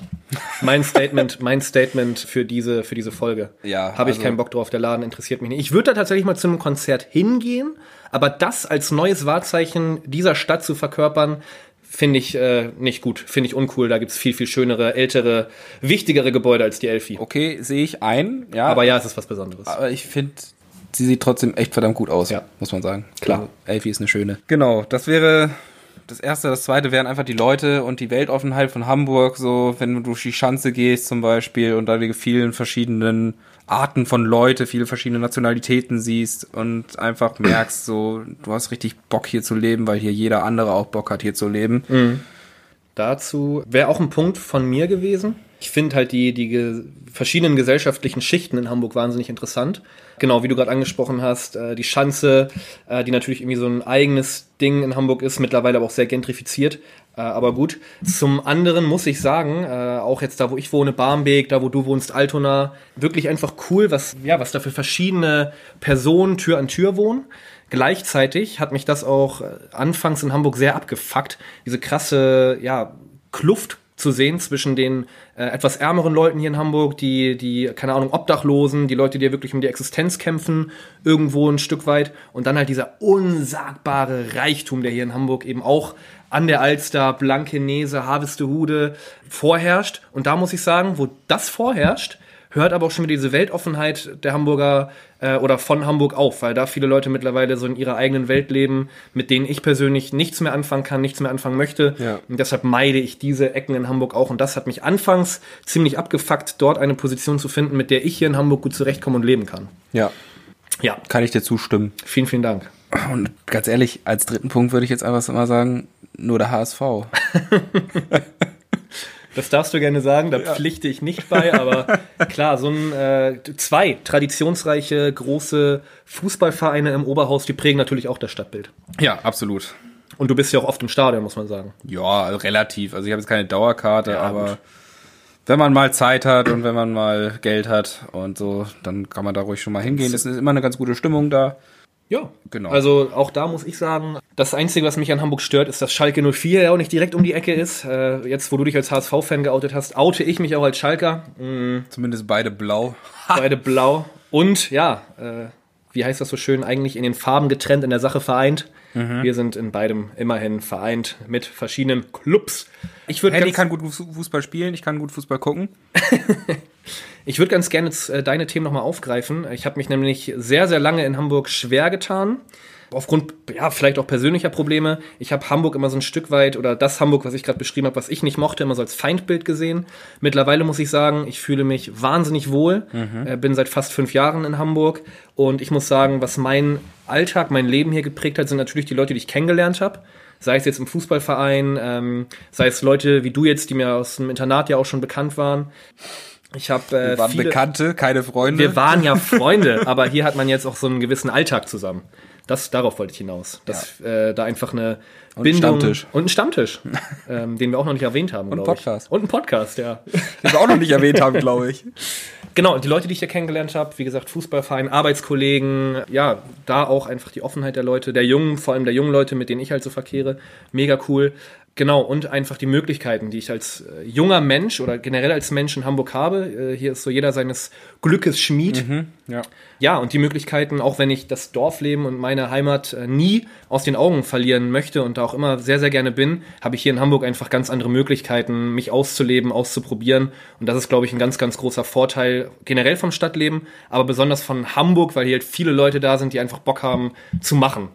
Mein Statement, mein Statement für diese, für diese Folge. Ja, Habe ich also- keinen Bock drauf, der Laden interessiert mich nicht. Ich würde da tatsächlich mal zu einem Konzert hingehen, aber das als neues Wahrzeichen dieser Stadt zu verkörpern, finde ich äh, nicht gut, finde ich uncool. Da gibt's viel, viel schönere, ältere, wichtigere Gebäude als die Elfi. Okay, sehe ich ein, ja. Aber ja, es ist was Besonderes. Aber ich finde, sie sieht trotzdem echt verdammt gut aus, Ja. muss man sagen. Klar. Also, Elfie ist eine schöne. Genau, das wäre das Erste. Das Zweite wären einfach die Leute und die Weltoffenheit von Hamburg. So, wenn du durch die Schanze gehst zum Beispiel und da die vielen verschiedenen Arten von Leute, viele verschiedene Nationalitäten siehst und einfach merkst, so, du hast richtig Bock hier zu leben, weil hier jeder andere auch Bock hat, hier zu leben. Dazu wäre auch ein Punkt von mir gewesen. Ich finde halt die, die ge verschiedenen gesellschaftlichen Schichten in Hamburg wahnsinnig interessant. Genau, wie du gerade angesprochen hast, äh, die Schanze, äh, die natürlich irgendwie so ein eigenes Ding in Hamburg ist, mittlerweile aber auch sehr gentrifiziert. Äh, aber gut. Zum anderen muss ich sagen, äh, auch jetzt da, wo ich wohne, Barmbek, da, wo du wohnst, Altona, wirklich einfach cool, was, ja, was da für verschiedene Personen Tür an Tür wohnen. Gleichzeitig hat mich das auch äh, anfangs in Hamburg sehr abgefuckt, diese krasse ja, Kluft zu sehen zwischen den äh, etwas ärmeren Leuten hier in Hamburg, die, die, keine Ahnung, Obdachlosen, die Leute, die wirklich um die Existenz kämpfen, irgendwo ein Stück weit, und dann halt dieser unsagbare Reichtum, der hier in Hamburg eben auch an der Alster, Blankenese, Harvestehude vorherrscht. Und da muss ich sagen, wo das vorherrscht, hört aber auch schon wieder diese Weltoffenheit der Hamburger äh, oder von Hamburg auf, weil da viele Leute mittlerweile so in ihrer eigenen Welt leben, mit denen ich persönlich nichts mehr anfangen kann, nichts mehr anfangen möchte. Ja. Und deshalb meide ich diese Ecken in Hamburg auch. Und das hat mich anfangs ziemlich abgefuckt, dort eine Position zu finden, mit der ich hier in Hamburg gut zurechtkomme und leben kann. Ja, Ja, kann ich dir zustimmen. vielen, vielen Dank. Und ganz ehrlich, als dritten Punkt würde ich jetzt einfach mal sagen, nur der HSV. Das darfst du gerne sagen, da pflichte ich nicht bei, aber klar, so ein äh, zwei traditionsreiche große Fußballvereine im Oberhaus, die prägen natürlich auch das Stadtbild. Ja, absolut. Und du bist ja auch oft im Stadion, muss man sagen. Ja, relativ. Also ich habe jetzt keine Dauerkarte, Ja, aber gut. wenn man mal Zeit hat und wenn man mal Geld hat und so, dann kann man da ruhig schon mal hingehen. Es ist immer eine ganz gute Stimmung da. Ja, Genau. Also auch da muss ich sagen, das Einzige, was mich an Hamburg stört, ist, dass Schalke 04 ja auch nicht direkt um die Ecke ist. Äh, jetzt, wo du dich als HSV-Fan geoutet hast, oute ich mich auch als Schalker. Zumindest beide blau. Beide blau. Und ja, äh, wie heißt das so schön, eigentlich in den Farben getrennt, in der Sache vereint. Mhm. Wir sind in beidem immerhin vereint mit verschiedenen Clubs. Ich würde Henny ganz, kann gut Fu- Fußball spielen, ich kann gut Fußball gucken. ich würd ganz gerne äh, deine Themen nochmal aufgreifen. Ich habe mich nämlich sehr, sehr lange in Hamburg schwer getan. aufgrund ja vielleicht auch persönlicher Probleme. Ich habe Hamburg immer so ein Stück weit oder das Hamburg, was ich gerade beschrieben habe, was ich nicht mochte, immer so als Feindbild gesehen. Mittlerweile muss ich sagen, ich fühle mich wahnsinnig wohl. Äh, bin seit fast fünf Jahren in Hamburg und ich muss sagen, was mein Alltag, mein Leben hier geprägt hat, sind natürlich die Leute, die ich kennengelernt habe. Sei es jetzt im Fußballverein, ähm, sei es Leute wie du jetzt, die mir aus dem Internat ja auch schon bekannt waren. Ich habe äh, Waren viele- Bekannte, keine Freunde. wir waren *laughs* ja Freunde, aber hier hat man jetzt auch so einen gewissen Alltag zusammen. Das, darauf wollte ich hinaus. Dass äh, da einfach eine und einen Bindung Stammtisch. und *laughs* ein Stammtisch, ähm, den wir auch noch nicht erwähnt haben. Und einen Podcast. Ich. Und ein Podcast, ja. die wir auch noch nicht erwähnt *laughs* haben, glaube ich. Genau, die Leute, die ich hier kennengelernt habe, wie gesagt, Fußballverein, Arbeitskollegen, ja, da auch einfach die Offenheit der Leute, der jungen, vor allem der jungen Leute, mit denen ich halt so verkehre, mega cool. Genau, und einfach die Möglichkeiten, die ich als äh, junger Mensch oder generell als Mensch in Hamburg habe. Äh, hier ist so jeder seines Glückes Schmied. Mhm. Hm? Ja. Ja, und die Möglichkeiten, auch wenn ich das Dorfleben und meine Heimat äh, nie aus den Augen verlieren möchte und da auch immer sehr, sehr gerne bin, habe ich hier in Hamburg einfach ganz andere Möglichkeiten, mich auszuleben, auszuprobieren. Und das ist, glaube ich, ein ganz, ganz großer Vorteil generell vom Stadtleben, aber besonders von Hamburg, weil hier halt viele Leute da sind, die einfach Bock haben zu machen.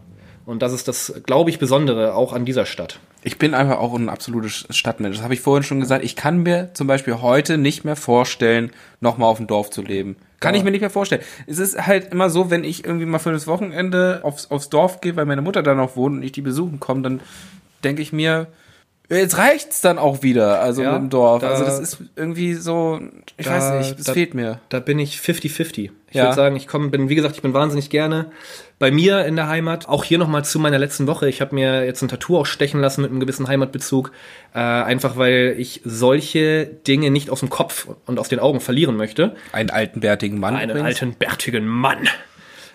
Und das ist das, glaube ich, Besondere auch an dieser Stadt. Ich bin einfach auch ein absolutes Stadtmensch. Das habe ich vorhin schon gesagt. Ich kann mir zum Beispiel heute nicht mehr vorstellen, nochmal auf dem Dorf zu leben. Kann Ja. ich mir nicht mehr vorstellen. Es ist halt immer so, wenn ich irgendwie mal für das Wochenende aufs, aufs Dorf gehe, weil meine Mutter da noch wohnt und ich die besuchen komme, dann denke ich mir, Jetzt reicht's dann auch wieder, also Ja, im Dorf. da- also das ist irgendwie so, ich Da- weiß nicht, es da- fehlt mir. Da bin ich 50-50. Ich Ja. würde sagen, ich komme, bin, wie gesagt, ich bin wahnsinnig gerne bei mir in der Heimat. Auch hier nochmal zu meiner letzten Woche. Ich habe mir jetzt ein Tattoo auch stechen lassen mit einem gewissen Heimatbezug. Äh, einfach weil ich solche Dinge nicht aus dem Kopf und aus den Augen verlieren möchte. Einen alten, bärtigen Mann. Einen übrigens. alten, bärtigen Mann.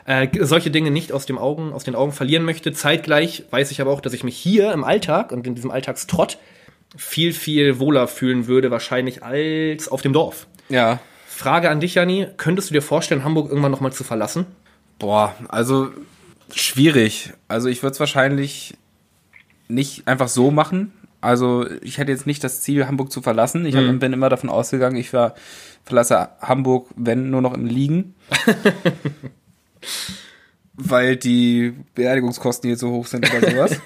Äh, solche Dinge nicht aus, dem Augen, aus den Augen verlieren möchte. Zeitgleich weiß ich aber auch, dass ich mich hier im Alltag und in diesem Alltagstrott viel, viel wohler fühlen würde, wahrscheinlich als auf dem Dorf. Ja. Frage an dich, Jani. Könntest du dir vorstellen, Hamburg irgendwann nochmal zu verlassen? Boah, also schwierig. Also ich würde es wahrscheinlich nicht einfach so machen. Also ich hätte jetzt nicht das Ziel, Hamburg zu verlassen. Ich Mhm. hab, bin immer davon ausgegangen, ich ver verlasse Hamburg, wenn nur noch im *laughs* Liegen. Weil die Beerdigungskosten hier so hoch sind oder *laughs* sowas.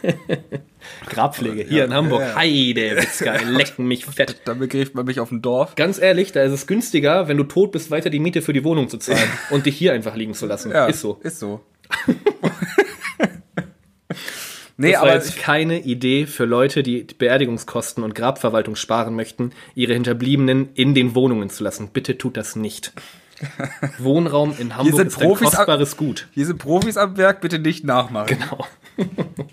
Grabpflege hier in Hamburg. Heide, *laughs* Witzka, lecken mich fett. Dann begräbt man mich auf dem Dorf. Ganz ehrlich, da ist es günstiger, wenn du tot bist, weiter die Miete für die Wohnung zu zahlen und dich hier einfach liegen zu lassen. ist so. Ist *laughs* so. *laughs* nee, Das war aber jetzt keine Idee für Leute, die Beerdigungskosten und Grabverwaltung sparen möchten, ihre Hinterbliebenen in den Wohnungen zu lassen. Bitte tut das *laughs* nicht. Wohnraum in Hamburg sind ist ein Profis am- kostbares Gut. hier sind Profis am Werk, bitte nicht nachmachen. Genau. *laughs*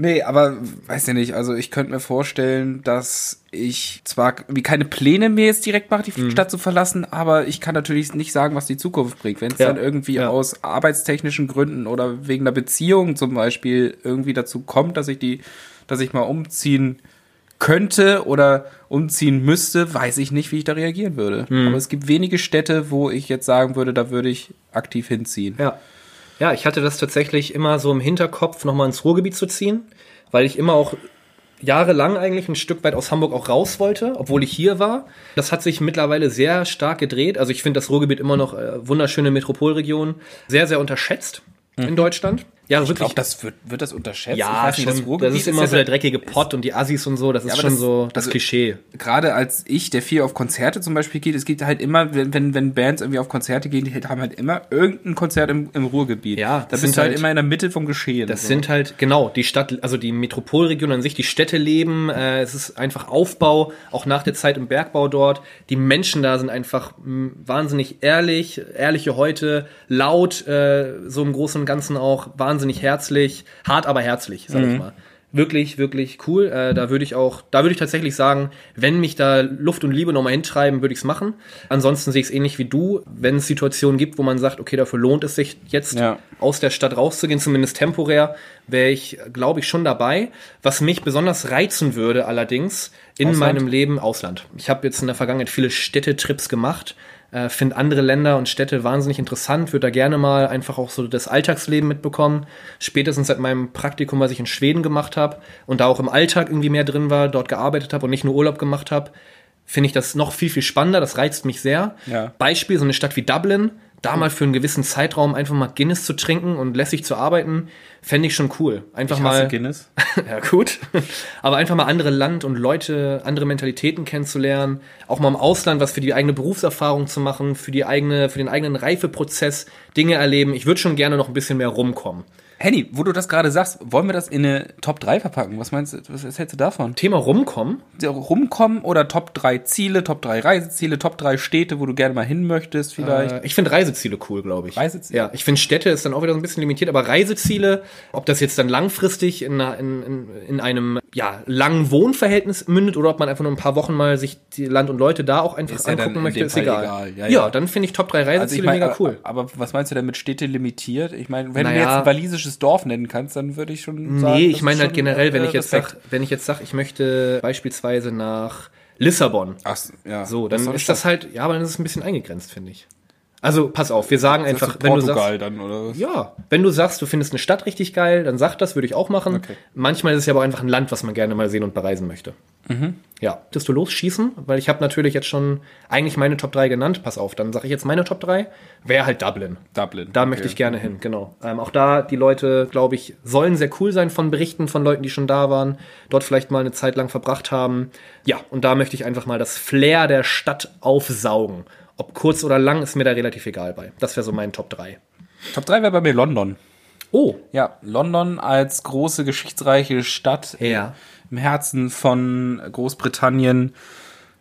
Nee, aber weiß ja nicht, also ich könnte mir vorstellen, dass ich zwar wie keine Pläne mir jetzt direkt mache, Mhm. die Stadt zu verlassen, aber ich kann natürlich nicht sagen, was die Zukunft bringt. Wenn es Ja, dann irgendwie ja. aus arbeitstechnischen Gründen oder wegen einer Beziehung zum Beispiel irgendwie dazu kommt, dass ich die, dass ich mal umziehen könnte oder umziehen müsste, weiß ich nicht, wie ich da reagieren würde. Mhm. Aber es gibt wenige Städte, wo ich jetzt sagen würde, da würde ich aktiv hinziehen. Ja. Ja, ich hatte das tatsächlich immer so im Hinterkopf, nochmal ins Ruhrgebiet zu ziehen, weil ich immer auch jahrelang eigentlich ein Stück weit aus Hamburg auch raus wollte, obwohl ich hier war. Das hat sich mittlerweile sehr stark gedreht. Also ich finde das Ruhrgebiet immer noch äh, wunderschöne Metropolregion, sehr, sehr unterschätzt in Deutschland. Ja, Mhm. Ich glaube, wirklich. das wird, wird das unterschätzt. ich ja, weiß nicht, schon, das, Ruhrgebiet ist immer so ja der dreckige Pott und die Assis und so, das ist aber schon das- so das also- Klischee. gerade als ich, der viel auf Konzerte zum Beispiel geht, es gibt halt immer, wenn- wenn, wenn Bands irgendwie auf Konzerte gehen, die haben halt immer irgendein Konzert im, im Ruhrgebiet. Ja, da das bist sind du halt halt- immer in der Mitte vom Geschehen. Das sind halt, genau, die Stadt, also die Metropolregion an sich, die Städte leben, äh, es ist einfach Aufbau, auch nach der Zeit im Bergbau dort. Die Menschen da sind einfach mh, wahnsinnig ehrlich, ehrliche Häute, laut, äh, so im Großen und Ganzen auch, wahnsinnig herzlich, hart, aber herzlich, sag ich mal. Wirklich, wirklich cool. Äh, da würde ich auch, da würde ich tatsächlich sagen, wenn mich da Luft und Liebe nochmal hintreiben, würde ich es machen. Ansonsten sehe ich es ähnlich wie du, wenn es Situationen gibt, wo man sagt, okay, dafür lohnt es sich jetzt Ja. aus der Stadt rauszugehen, zumindest temporär, wäre ich, glaube ich, schon dabei. Was mich besonders reizen würde allerdings in Ausland? meinem Leben Ausland. Ich habe jetzt in der Vergangenheit viele Städtetrips gemacht, äh, finde andere Länder und Städte wahnsinnig interessant, würde da gerne mal einfach auch so das Alltagsleben mitbekommen. Spätestens seit meinem Praktikum, was ich in Schweden gemacht habe und da auch im Alltag irgendwie mehr drin war, dort gearbeitet habe und nicht nur Urlaub gemacht habe, finde ich das noch viel, viel spannender. Das reizt mich sehr. Ja. Beispiel, so eine Stadt wie Dublin, da mal für einen gewissen Zeitraum einfach mal Guinness zu trinken und lässig zu arbeiten, fände ich schon cool. Einfach ich hasse mal. Guinness. ja, gut. Aber einfach mal andere Land und Leute, andere Mentalitäten kennenzulernen, auch mal im Ausland was für die eigene Berufserfahrung zu machen, für die eigene, für den eigenen Reifeprozess Dinge erleben. Ich würde schon gerne noch ein bisschen mehr rumkommen. Henny, wo du das gerade sagst, wollen wir das in eine Top 3 verpacken? Was meinst du, was, was hältst du davon? Thema rumkommen? Rumkommen oder Top 3 Ziele, Top 3 Reiseziele, Top 3 Städte, wo du gerne mal hin möchtest vielleicht? Äh, ich finde Reiseziele cool, glaube ich. Reiseziele? Ja, ich finde Städte ist dann auch wieder so ein bisschen limitiert, aber Reiseziele, ob das jetzt dann langfristig in, einer- in, in, in einem ja, langen Wohnverhältnis mündet oder ob man einfach nur ein paar Wochen mal sich die Land und Leute da auch einfach Ist ja angucken dann in möchte, dem ist Fall egal. egal, ja, Ja, ja. Also dann finde ich Top 3 Reiseziele mein, äh, mega cool. aber, aber was meinst du denn mit Städte limitiert? Ich meine, wenn du Naja. jetzt ein walisisches Dorf nennen kannst, dann würde ich schon sagen. nee, das ich ist meine halt schon, generell, wenn äh, ich jetzt Respekt. sag, wenn ich jetzt sage, ich möchte beispielsweise nach Lissabon. Ach, so, ja. So, Das dann soll ist schon- das halt, ja, aber dann ist es ein bisschen eingegrenzt, finde ich. Also, pass auf, wir sagen Das ist einfach, wenn du Portugal sagst, dann oder was? Ja, wenn du sagst, du findest eine Stadt richtig geil, dann sag das, würde ich auch machen. Okay. Manchmal ist es ja aber einfach ein Land, was man gerne mal sehen und bereisen möchte. Mhm. Ja, würdest du losschießen? Weil ich habe natürlich jetzt schon eigentlich meine Top 3 genannt. Pass auf, dann sage ich jetzt meine Top 3. Wäre halt Dublin. Dublin. Da möchte ich Mhm. gerne hin, genau. Ähm, auch da, die Leute, glaube ich, sollen sehr cool sein von Berichten von Leuten, die schon da waren, dort vielleicht mal eine Zeit lang verbracht haben. Ja, und da möchte ich einfach mal das Flair der Stadt aufsaugen. Ob kurz oder lang, ist mir da relativ egal bei. Das wäre so mein Top 3. Top 3 wäre bei mir London. Oh. Ja, London als große geschichtsreiche Stadt Ja. im Herzen von Großbritannien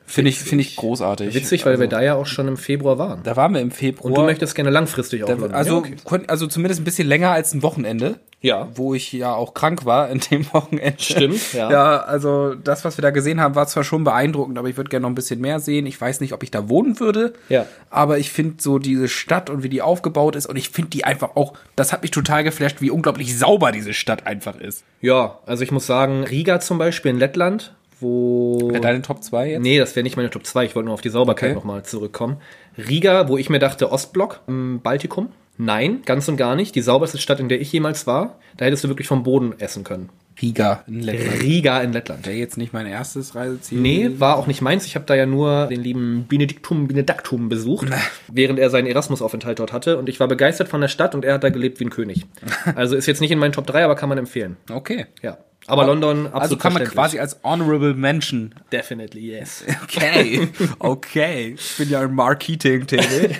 finde ich, finde ich großartig. Witzig, weil also, wir da ja auch schon im Februar waren. da waren wir im Februar. Und du möchtest gerne langfristig Da- aufnehmen. also, Hm, ja, okay. kon- also zumindest ein bisschen länger als ein Wochenende. Ja. Wo ich ja auch krank war in dem Wochenende. Stimmt, ja. ja. also das, was wir da gesehen haben, war zwar schon beeindruckend, aber ich würde gerne noch ein bisschen mehr sehen. Ich weiß nicht, ob ich da wohnen würde. Ja. Aber ich finde so diese Stadt und wie die aufgebaut ist und ich finde die einfach auch, das hat mich total geflasht, wie unglaublich sauber diese Stadt einfach ist. ja, also ich muss sagen, Riga zum Beispiel in Lettland, wo. Wäre deine Top 2 jetzt? Nee, das wäre nicht meine Top 2. Ich wollte nur auf die Sauberkeit Okay. nochmal zurückkommen. Riga, wo ich mir dachte, Ostblock im Baltikum. Nein, ganz und gar nicht. Die sauberste Stadt, in der ich jemals war. Da hättest du wirklich vom Boden essen können. Riga in Lettland. Riga in Lettland. Wäre jetzt nicht mein erstes Reiseziel. Nee, war auch nicht meins. Ich habe da ja nur den lieben Benediktum Benedaktum besucht, während er seinen Erasmus-Aufenthalt dort hatte. Und ich war begeistert von der Stadt und er hat da gelebt wie *laughs* ein König. Also ist jetzt nicht in meinen Top 3, aber kann man empfehlen. Okay. Ja. Aber London absolut Also kann man verständlich. quasi als Honorable Mention Definitely, yes. *laughs* Okay, okay. Ich bin ja im Marketing tätig.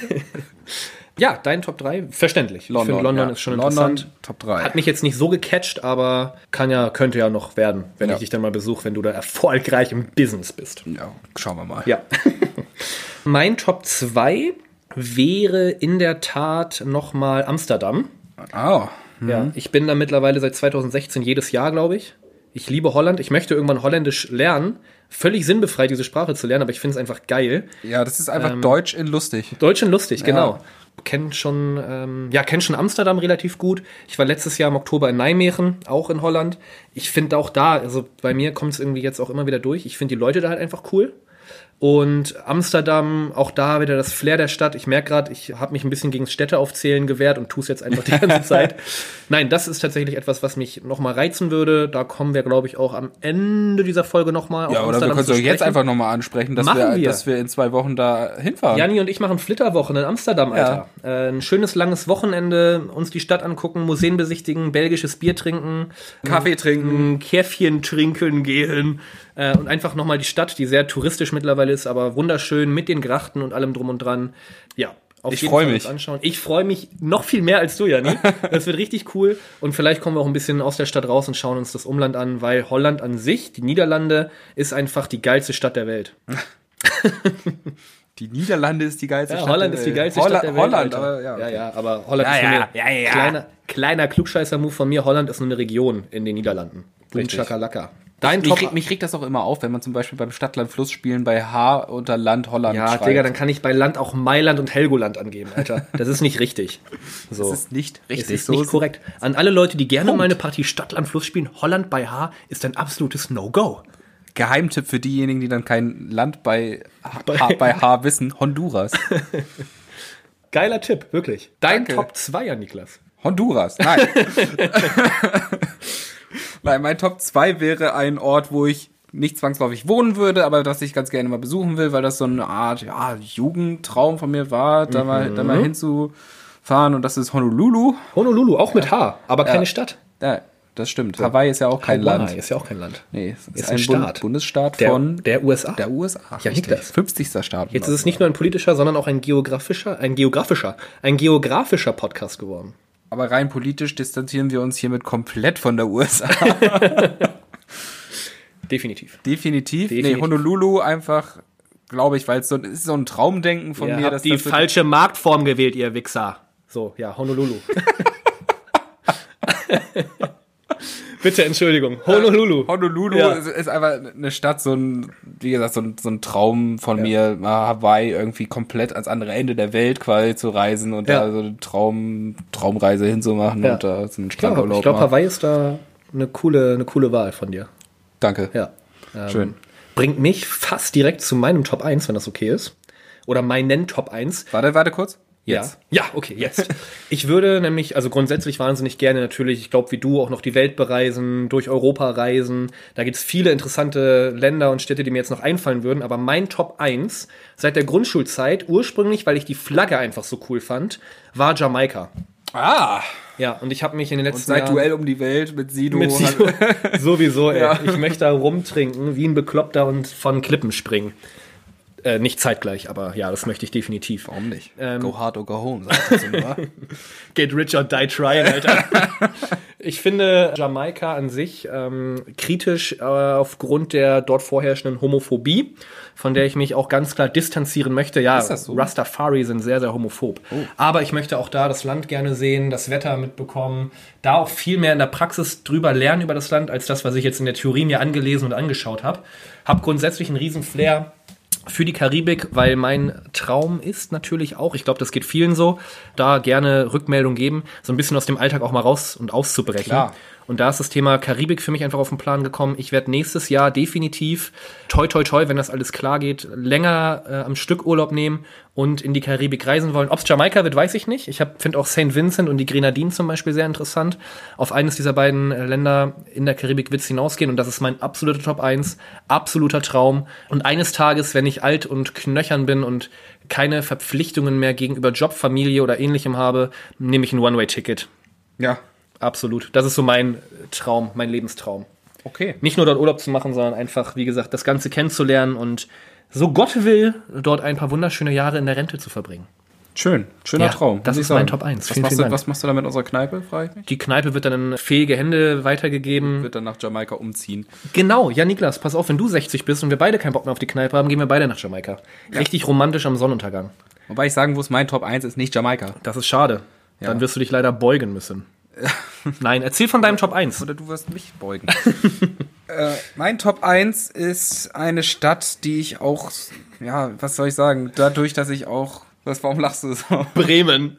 Ja, dein Top 3, verständlich. ich finde, London ja. ist schon London, interessant. Top 3. Hat mich jetzt nicht so gecatcht, aber kann ja, könnte ja noch werden, wenn Ja. ich dich dann mal besuche, wenn du da erfolgreich im Business bist. ja, schauen wir mal. Ja. *laughs* mein Top 2 wäre in der Tat nochmal Amsterdam. Oh. Ja, ich bin da mittlerweile seit 2016 jedes Jahr, glaube ich. Ich liebe Holland. Ich möchte irgendwann Holländisch lernen. Völlig sinnbefreit, diese Sprache zu lernen, aber ich finde es einfach geil. Ja, das ist Ähm, einfach Deutsch in lustig. Deutsch und lustig, genau. Kenn schon, ähm, ja, kenn schon Amsterdam relativ gut. Ich war letztes Jahr im Oktober in Nijmegen, auch in Holland. Ich finde auch da, also bei mir kommt es irgendwie jetzt auch immer wieder durch. Ich finde die Leute da halt einfach cool. Und Amsterdam, auch da wieder das Flair der Stadt. Ich merke gerade, ich habe mich ein bisschen gegen Städte aufzählen gewehrt und tue es jetzt einfach die *laughs* ganze Zeit. Nein, das ist tatsächlich etwas, was mich nochmal reizen würde. Da kommen wir, glaube ich, auch am Ende dieser Folge nochmal Ja, oder wir können es doch jetzt einfach nochmal ansprechen, dass Machen wir, wir. dass wir in zwei Wochen da hinfahren. Janni und ich machen Flitterwochen in Amsterdam, Alter. Äh, ein schönes langes Wochenende, uns die Stadt angucken, Museen besichtigen, belgisches Bier trinken, Kaffee trinken. ein Käffchen trinken gehen äh, und einfach nochmal die Stadt, die sehr touristisch mittlerweile ist, aber wunderschön mit den Grachten und allem drum und dran. Ja. Auf Ich jeden freu Fall mich. uns Anschauen. Ich freue mich noch viel mehr als *laughs* du, Janni. Das wird richtig cool. Und vielleicht kommen wir auch ein bisschen aus der Stadt raus und schauen uns das Umland an, weil Holland an sich, die Niederlande, ist einfach die geilste Stadt der Welt. Die Niederlande ist die geilste Ja, Stadt. Holland der ist die Welt. geilste Holla- Stadt der Welt. Holland, Alter. aber ja. ja, ja, aber Holland Ja, ist nur ja, eine ja, ja, ja. kleiner, kleiner Klugscheißer-Move von mir. Holland ist nur eine Region in den Niederlanden. Boom, Richtig. Chakalaka. Dein Mich, Top. regt, mich regt das auch immer auf, wenn man zum Beispiel beim Stadtland-Fluss spielen bei H unter Land Holland ja, schreibt. Digga, dann kann ich bei Land auch Mailand und Helgoland angeben, Alter. *laughs* Das ist nicht richtig. So. das ist nicht Es richtig. ist so nicht korrekt. An alle Leute, die gerne Punkt. mal eine Partie Stadtland Fluss spielen, Holland bei H ist ein absolutes No-Go. Geheimtipp für diejenigen, die dann kein Land bei H, H, bei H wissen. Honduras. Geiler Tipp, wirklich. Dein Danke. Top 2, ja, Niklas. Honduras, *laughs* nein. Nein, mein Top 2 wäre ein Ort, wo ich nicht zwangsläufig wohnen würde, aber das ich ganz gerne mal besuchen will, weil das so eine Art ja, Jugendtraum von mir war, da, mal, da Mhm. mal hinzufahren und das ist Honolulu. Honolulu, auch mit H, aber keine Stadt. Ja, das stimmt. Hawaii ist ja auch kein Hawaii Land. ist ja auch kein Land. Nee, es ist, Ist ein, ein Bund- Staat. Bundesstaat Der, von der USA. der USA. Ja, richtig. Niklas. 50. Staat. Jetzt ist es nicht nur ein politischer, sondern auch ein geografischer, ein geografischer, ein geografischer Podcast geworden. aber rein politisch distanzieren wir uns hiermit komplett von der USA. Definitiv. Definitiv. Definitiv. Nee, Honolulu einfach, glaube ich, weil es so, es ist so ein Traumdenken von Ihr mir. habt die so- falsche Marktform gewählt, ihr Wichser. So, ja, *laughs* Honolulu. Bitte Entschuldigung. Honolulu. Äh, Honolulu Ja. ist, ist einfach eine Stadt, so ein, wie gesagt, so ein, so ein Traum von mir, mal Hawaii irgendwie komplett ans andere Ende der Welt quasi zu reisen und Ja. da so eine Traum, Traumreise hinzumachen Ja. und da so einen Ja, Strandurlaub ich glaube, machen. Hawaii ist da eine coole, eine coole Wahl von dir. Danke. Ja. Ähm, Schön. Bringt mich fast direkt zu meinem Top 1, wenn das okay ist. Oder meinen Top 1. Warte, warte kurz. Ja, ja okay, *laughs* jetzt. Ich würde nämlich, also grundsätzlich wahnsinnig gerne natürlich, ich glaube, wie du, auch noch die Welt bereisen, durch Europa reisen. Da gibt's viele interessante Länder und Städte, die mir jetzt noch einfallen würden. Aber mein Top 1 seit der Grundschulzeit, ursprünglich, weil ich die Flagge einfach so cool fand, war Jamaika. Ah, Ja, und ich habe mich in den letzten seit Jahren... Duell um die Welt mit Sido. Mit hat- Sido. *laughs* Sowieso, ey. Ich möchte da rumtrinken, wie ein Bekloppter und von Klippen springen. Äh, nicht zeitgleich, aber ja, das möchte ich definitiv. Warum nicht? Ähm. go hard or go home, sagt das *laughs* immer. Get rich or *laughs* die trying, Alter. ich finde Jamaika an sich ähm, kritisch äh, aufgrund der dort vorherrschenden Homophobie, von der ich mich auch ganz klar distanzieren möchte. Ja, das so? Oh. Rastafari sind sehr, sehr homophob. Aber ich möchte auch da das Land gerne sehen, das Wetter mitbekommen, da auch viel mehr in der Praxis drüber lernen über das Land, als das, was ich jetzt in der Theorie mir angelesen und angeschaut habe. Hab grundsätzlich einen riesen Flair für die Karibik, weil mein Traum ist natürlich auch, ich glaube, das geht vielen so, da gerne Rückmeldung geben, so ein bisschen aus dem Alltag auch mal raus und auszubrechen. Klar. Und da ist das Thema Karibik für mich einfach auf den Plan gekommen. Ich werde nächstes Jahr definitiv, toi toi toi, wenn das alles klar geht, länger äh, am Stück Urlaub nehmen und in die Karibik reisen wollen. Ob es Jamaika wird, weiß ich nicht. Ich finde auch St. Vincent und die Grenadinen zum Beispiel sehr interessant. Auf eines dieser beiden äh, Länder in der Karibik wird es hinausgehen und das ist mein absoluter Top 1, absoluter Traum. Und eines Tages, wenn ich alt und knöchern bin und keine Verpflichtungen mehr gegenüber Job, Familie oder ähnlichem habe, nehme ich ein One-Way-Ticket. ja, Absolut. Das ist so mein Traum, mein Lebenstraum. okay. Nicht nur dort Urlaub zu machen, sondern einfach, wie gesagt, das Ganze kennenzulernen und so Gott will, dort ein paar wunderschöne Jahre in der Rente zu verbringen. Schön, schöner Ja, Traum. das muss ich ist mein sagen. Top 1. Was, Vielen, machst vielen du, Dank. was machst du da mit unserer Kneipe, frage ich mich? Die Kneipe wird dann in fähige Hände weitergegeben. Wird dann nach Jamaika umziehen. Genau, ja, Niklas, pass auf, wenn du 60 bist und wir beide keinen Bock mehr auf die Kneipe haben, gehen wir beide nach Jamaika. Richtig romantisch am Sonnenuntergang. Wobei ich sagen muss, mein Top 1 ist nicht Jamaika. Das ist schade. Dann wirst du dich leider *laughs* beugen müssen. Nein, erzähl von deinem Top 1. Oder du wirst mich *laughs* beugen. äh, mein Top 1 ist eine Stadt, die ich auch, ja, was soll ich sagen, dadurch, dass ich auch, was, warum lachst du so? Bremen.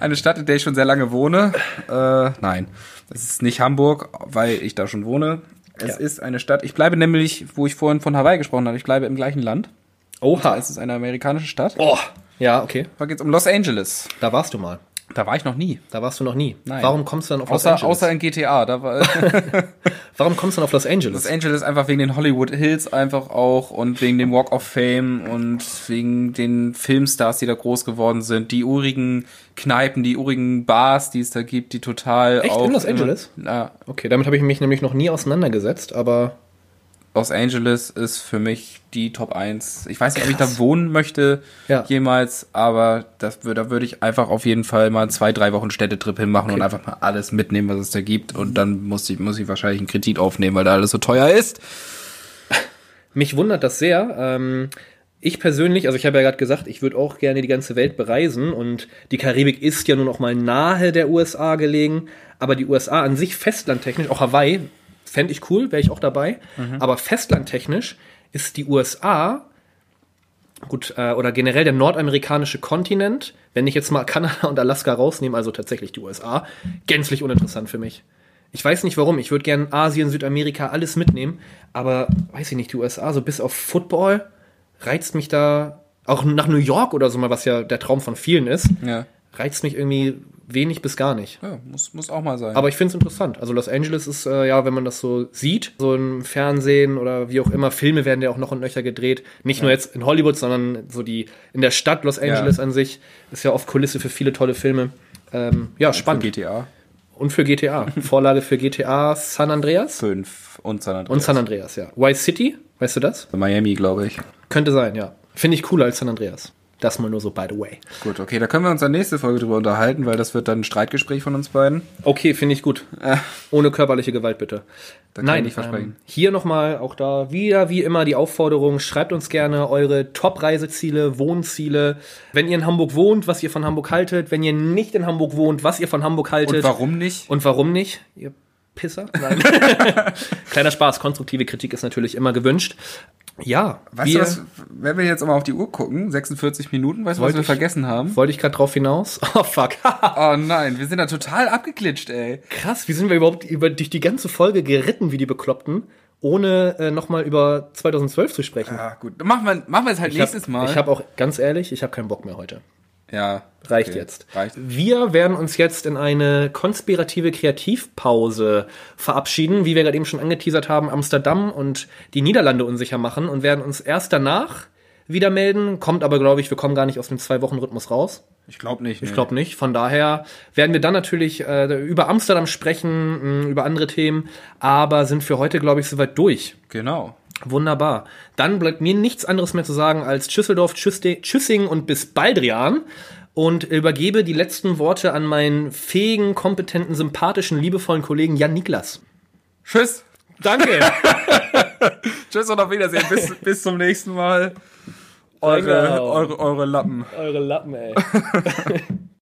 Eine Stadt, in der ich schon sehr lange wohne. Äh, nein, es ist nicht Hamburg, weil ich da schon wohne. Es Ja. ist eine Stadt, ich bleibe nämlich, wo ich vorhin von Hawaii gesprochen habe, ich bleibe im gleichen Land. Oha. Es ist eine amerikanische Stadt. Oh. Ja, okay. Da geht's um Los Angeles. Da warst du mal. Da war ich noch nie. Da warst du noch nie. Nein. Warum kommst du dann auf Los Außer, Angeles? außer in GTA. Da war äh, Warum kommst du dann auf Los Angeles? *laughs* Los Angeles einfach wegen den Hollywood Hills einfach auch und wegen dem Walk of Fame und wegen den Filmstars, die da groß geworden sind. Die urigen Kneipen, die urigen Bars, die es da gibt, die total Echt? auch... In Los Angeles? Ja, Okay, damit habe ich mich nämlich noch nie auseinandergesetzt, aber Los Angeles ist für mich die Top 1. Ich weiß nicht, ob ich Krass. da wohnen möchte Ja. jemals, aber das, wür- da würde ich einfach auf jeden Fall mal zwei, drei Wochen Städtetrip hinmachen und einfach mal alles mitnehmen, was es da gibt. Und dann muss ich, muss ich wahrscheinlich einen Kredit aufnehmen, weil da alles so teuer ist. mich wundert das sehr. Ähm, ich persönlich, also ich habe ja gerade gesagt, ich würde auch gerne die ganze Welt bereisen und die Karibik ist ja nun auch mal nahe der USA gelegen, aber die USA an sich festlandtechnisch, auch Hawaii, fände ich cool, wäre ich auch dabei, aber festlandtechnisch ist die USA gut, äh, oder generell der nordamerikanische Kontinent, wenn ich jetzt mal *laughs* Kanada und Alaska rausnehme, also tatsächlich die USA, gänzlich uninteressant für mich. Ich weiß nicht warum, ich würde gerne Asien, Südamerika, alles mitnehmen, aber weiß ich nicht, die USA, so bis auf Football reizt mich da, auch nach New York oder so mal, was ja der Traum von vielen ist, Ja, reizt mich irgendwie wenig bis gar nicht. ja muss, muss auch mal sein. Aber ich finde es interessant. Also Los Angeles ist, äh, ja, wenn man das so sieht, so im Fernsehen oder wie auch immer, Filme werden ja auch noch und nöcher gedreht. Nicht nur jetzt in Hollywood, sondern so die in der Stadt Los Angeles an sich. Ist ja oft Kulisse für viele tolle Filme. Ähm, ja, spannend. GTA und für GTA. Vorlage für GTA San Andreas 5 und San Andreas. Also und San Andreas, ja. Vice City, weißt du das? Miami, glaube ich. Könnte sein, ja. Finde ich cooler als San Andreas. Das mal nur so, by the way. Gut, okay, da können wir uns dann nächste Folge drüber unterhalten, weil das wird dann ein Streitgespräch von uns beiden. Okay, finde ich gut. Ohne körperliche Gewalt bitte. Äh. kann ich nicht versprechen. Ähm, hier nochmal, auch da wieder wie immer die Aufforderung, schreibt uns gerne eure Top-Reiseziele, Wohnziele. Wenn ihr in Hamburg wohnt, was ihr von Hamburg haltet. Wenn ihr nicht in Hamburg wohnt, was ihr von Hamburg haltet. Und warum nicht? Und warum nicht? Ihr Pisser? *laughs* Nein. Kleiner Spaß, konstruktive Kritik ist natürlich immer gewünscht. Ja, Weißt du was, wenn wir jetzt mal auf die Uhr gucken, 46 Minuten, weißt du, was Wollte wir ich- vergessen haben? wollte ich gerade drauf hinaus. *laughs* Oh fuck. Oh nein, wir sind da total abgeglitscht, ey. Krass, wie sind wir überhaupt über, durch die ganze Folge geritten wie die Bekloppten, ohne äh, nochmal über 2012 zu sprechen? Ja, gut. Machen wir, machen wir es halt ich nächstes hab, Mal. Ich habe auch, ganz ehrlich, ich habe keinen Bock mehr heute. ja. Reicht okay. jetzt. Reicht. Wir werden uns jetzt in eine konspirative Kreativpause verabschieden, wie wir gerade eben schon angeteasert haben, Amsterdam und die Niederlande unsicher machen und werden uns erst danach wieder melden. Kommt aber, glaube ich, wir kommen gar nicht aus dem Zwei-Wochen-Rhythmus raus. Ich glaube nicht. Ich glaube nicht. Von daher werden wir dann natürlich äh, über Amsterdam sprechen, mh, über andere Themen, aber sind für heute, glaube ich, soweit durch. Genau. Wunderbar. Dann bleibt mir nichts anderes mehr zu sagen als Tschüsseldorf, Tschüsde- Tschüssing und bis Baldrian und übergebe die letzten Worte an meinen fähigen, kompetenten, sympathischen, liebevollen Kollegen Jan Niklas. Tschüss. Danke. Tschüss und auf Wiedersehen. *laughs* Bis, bis zum nächsten Mal. Eure, *laughs* Genau. eure, eure Lappen. Eure Lappen, ey.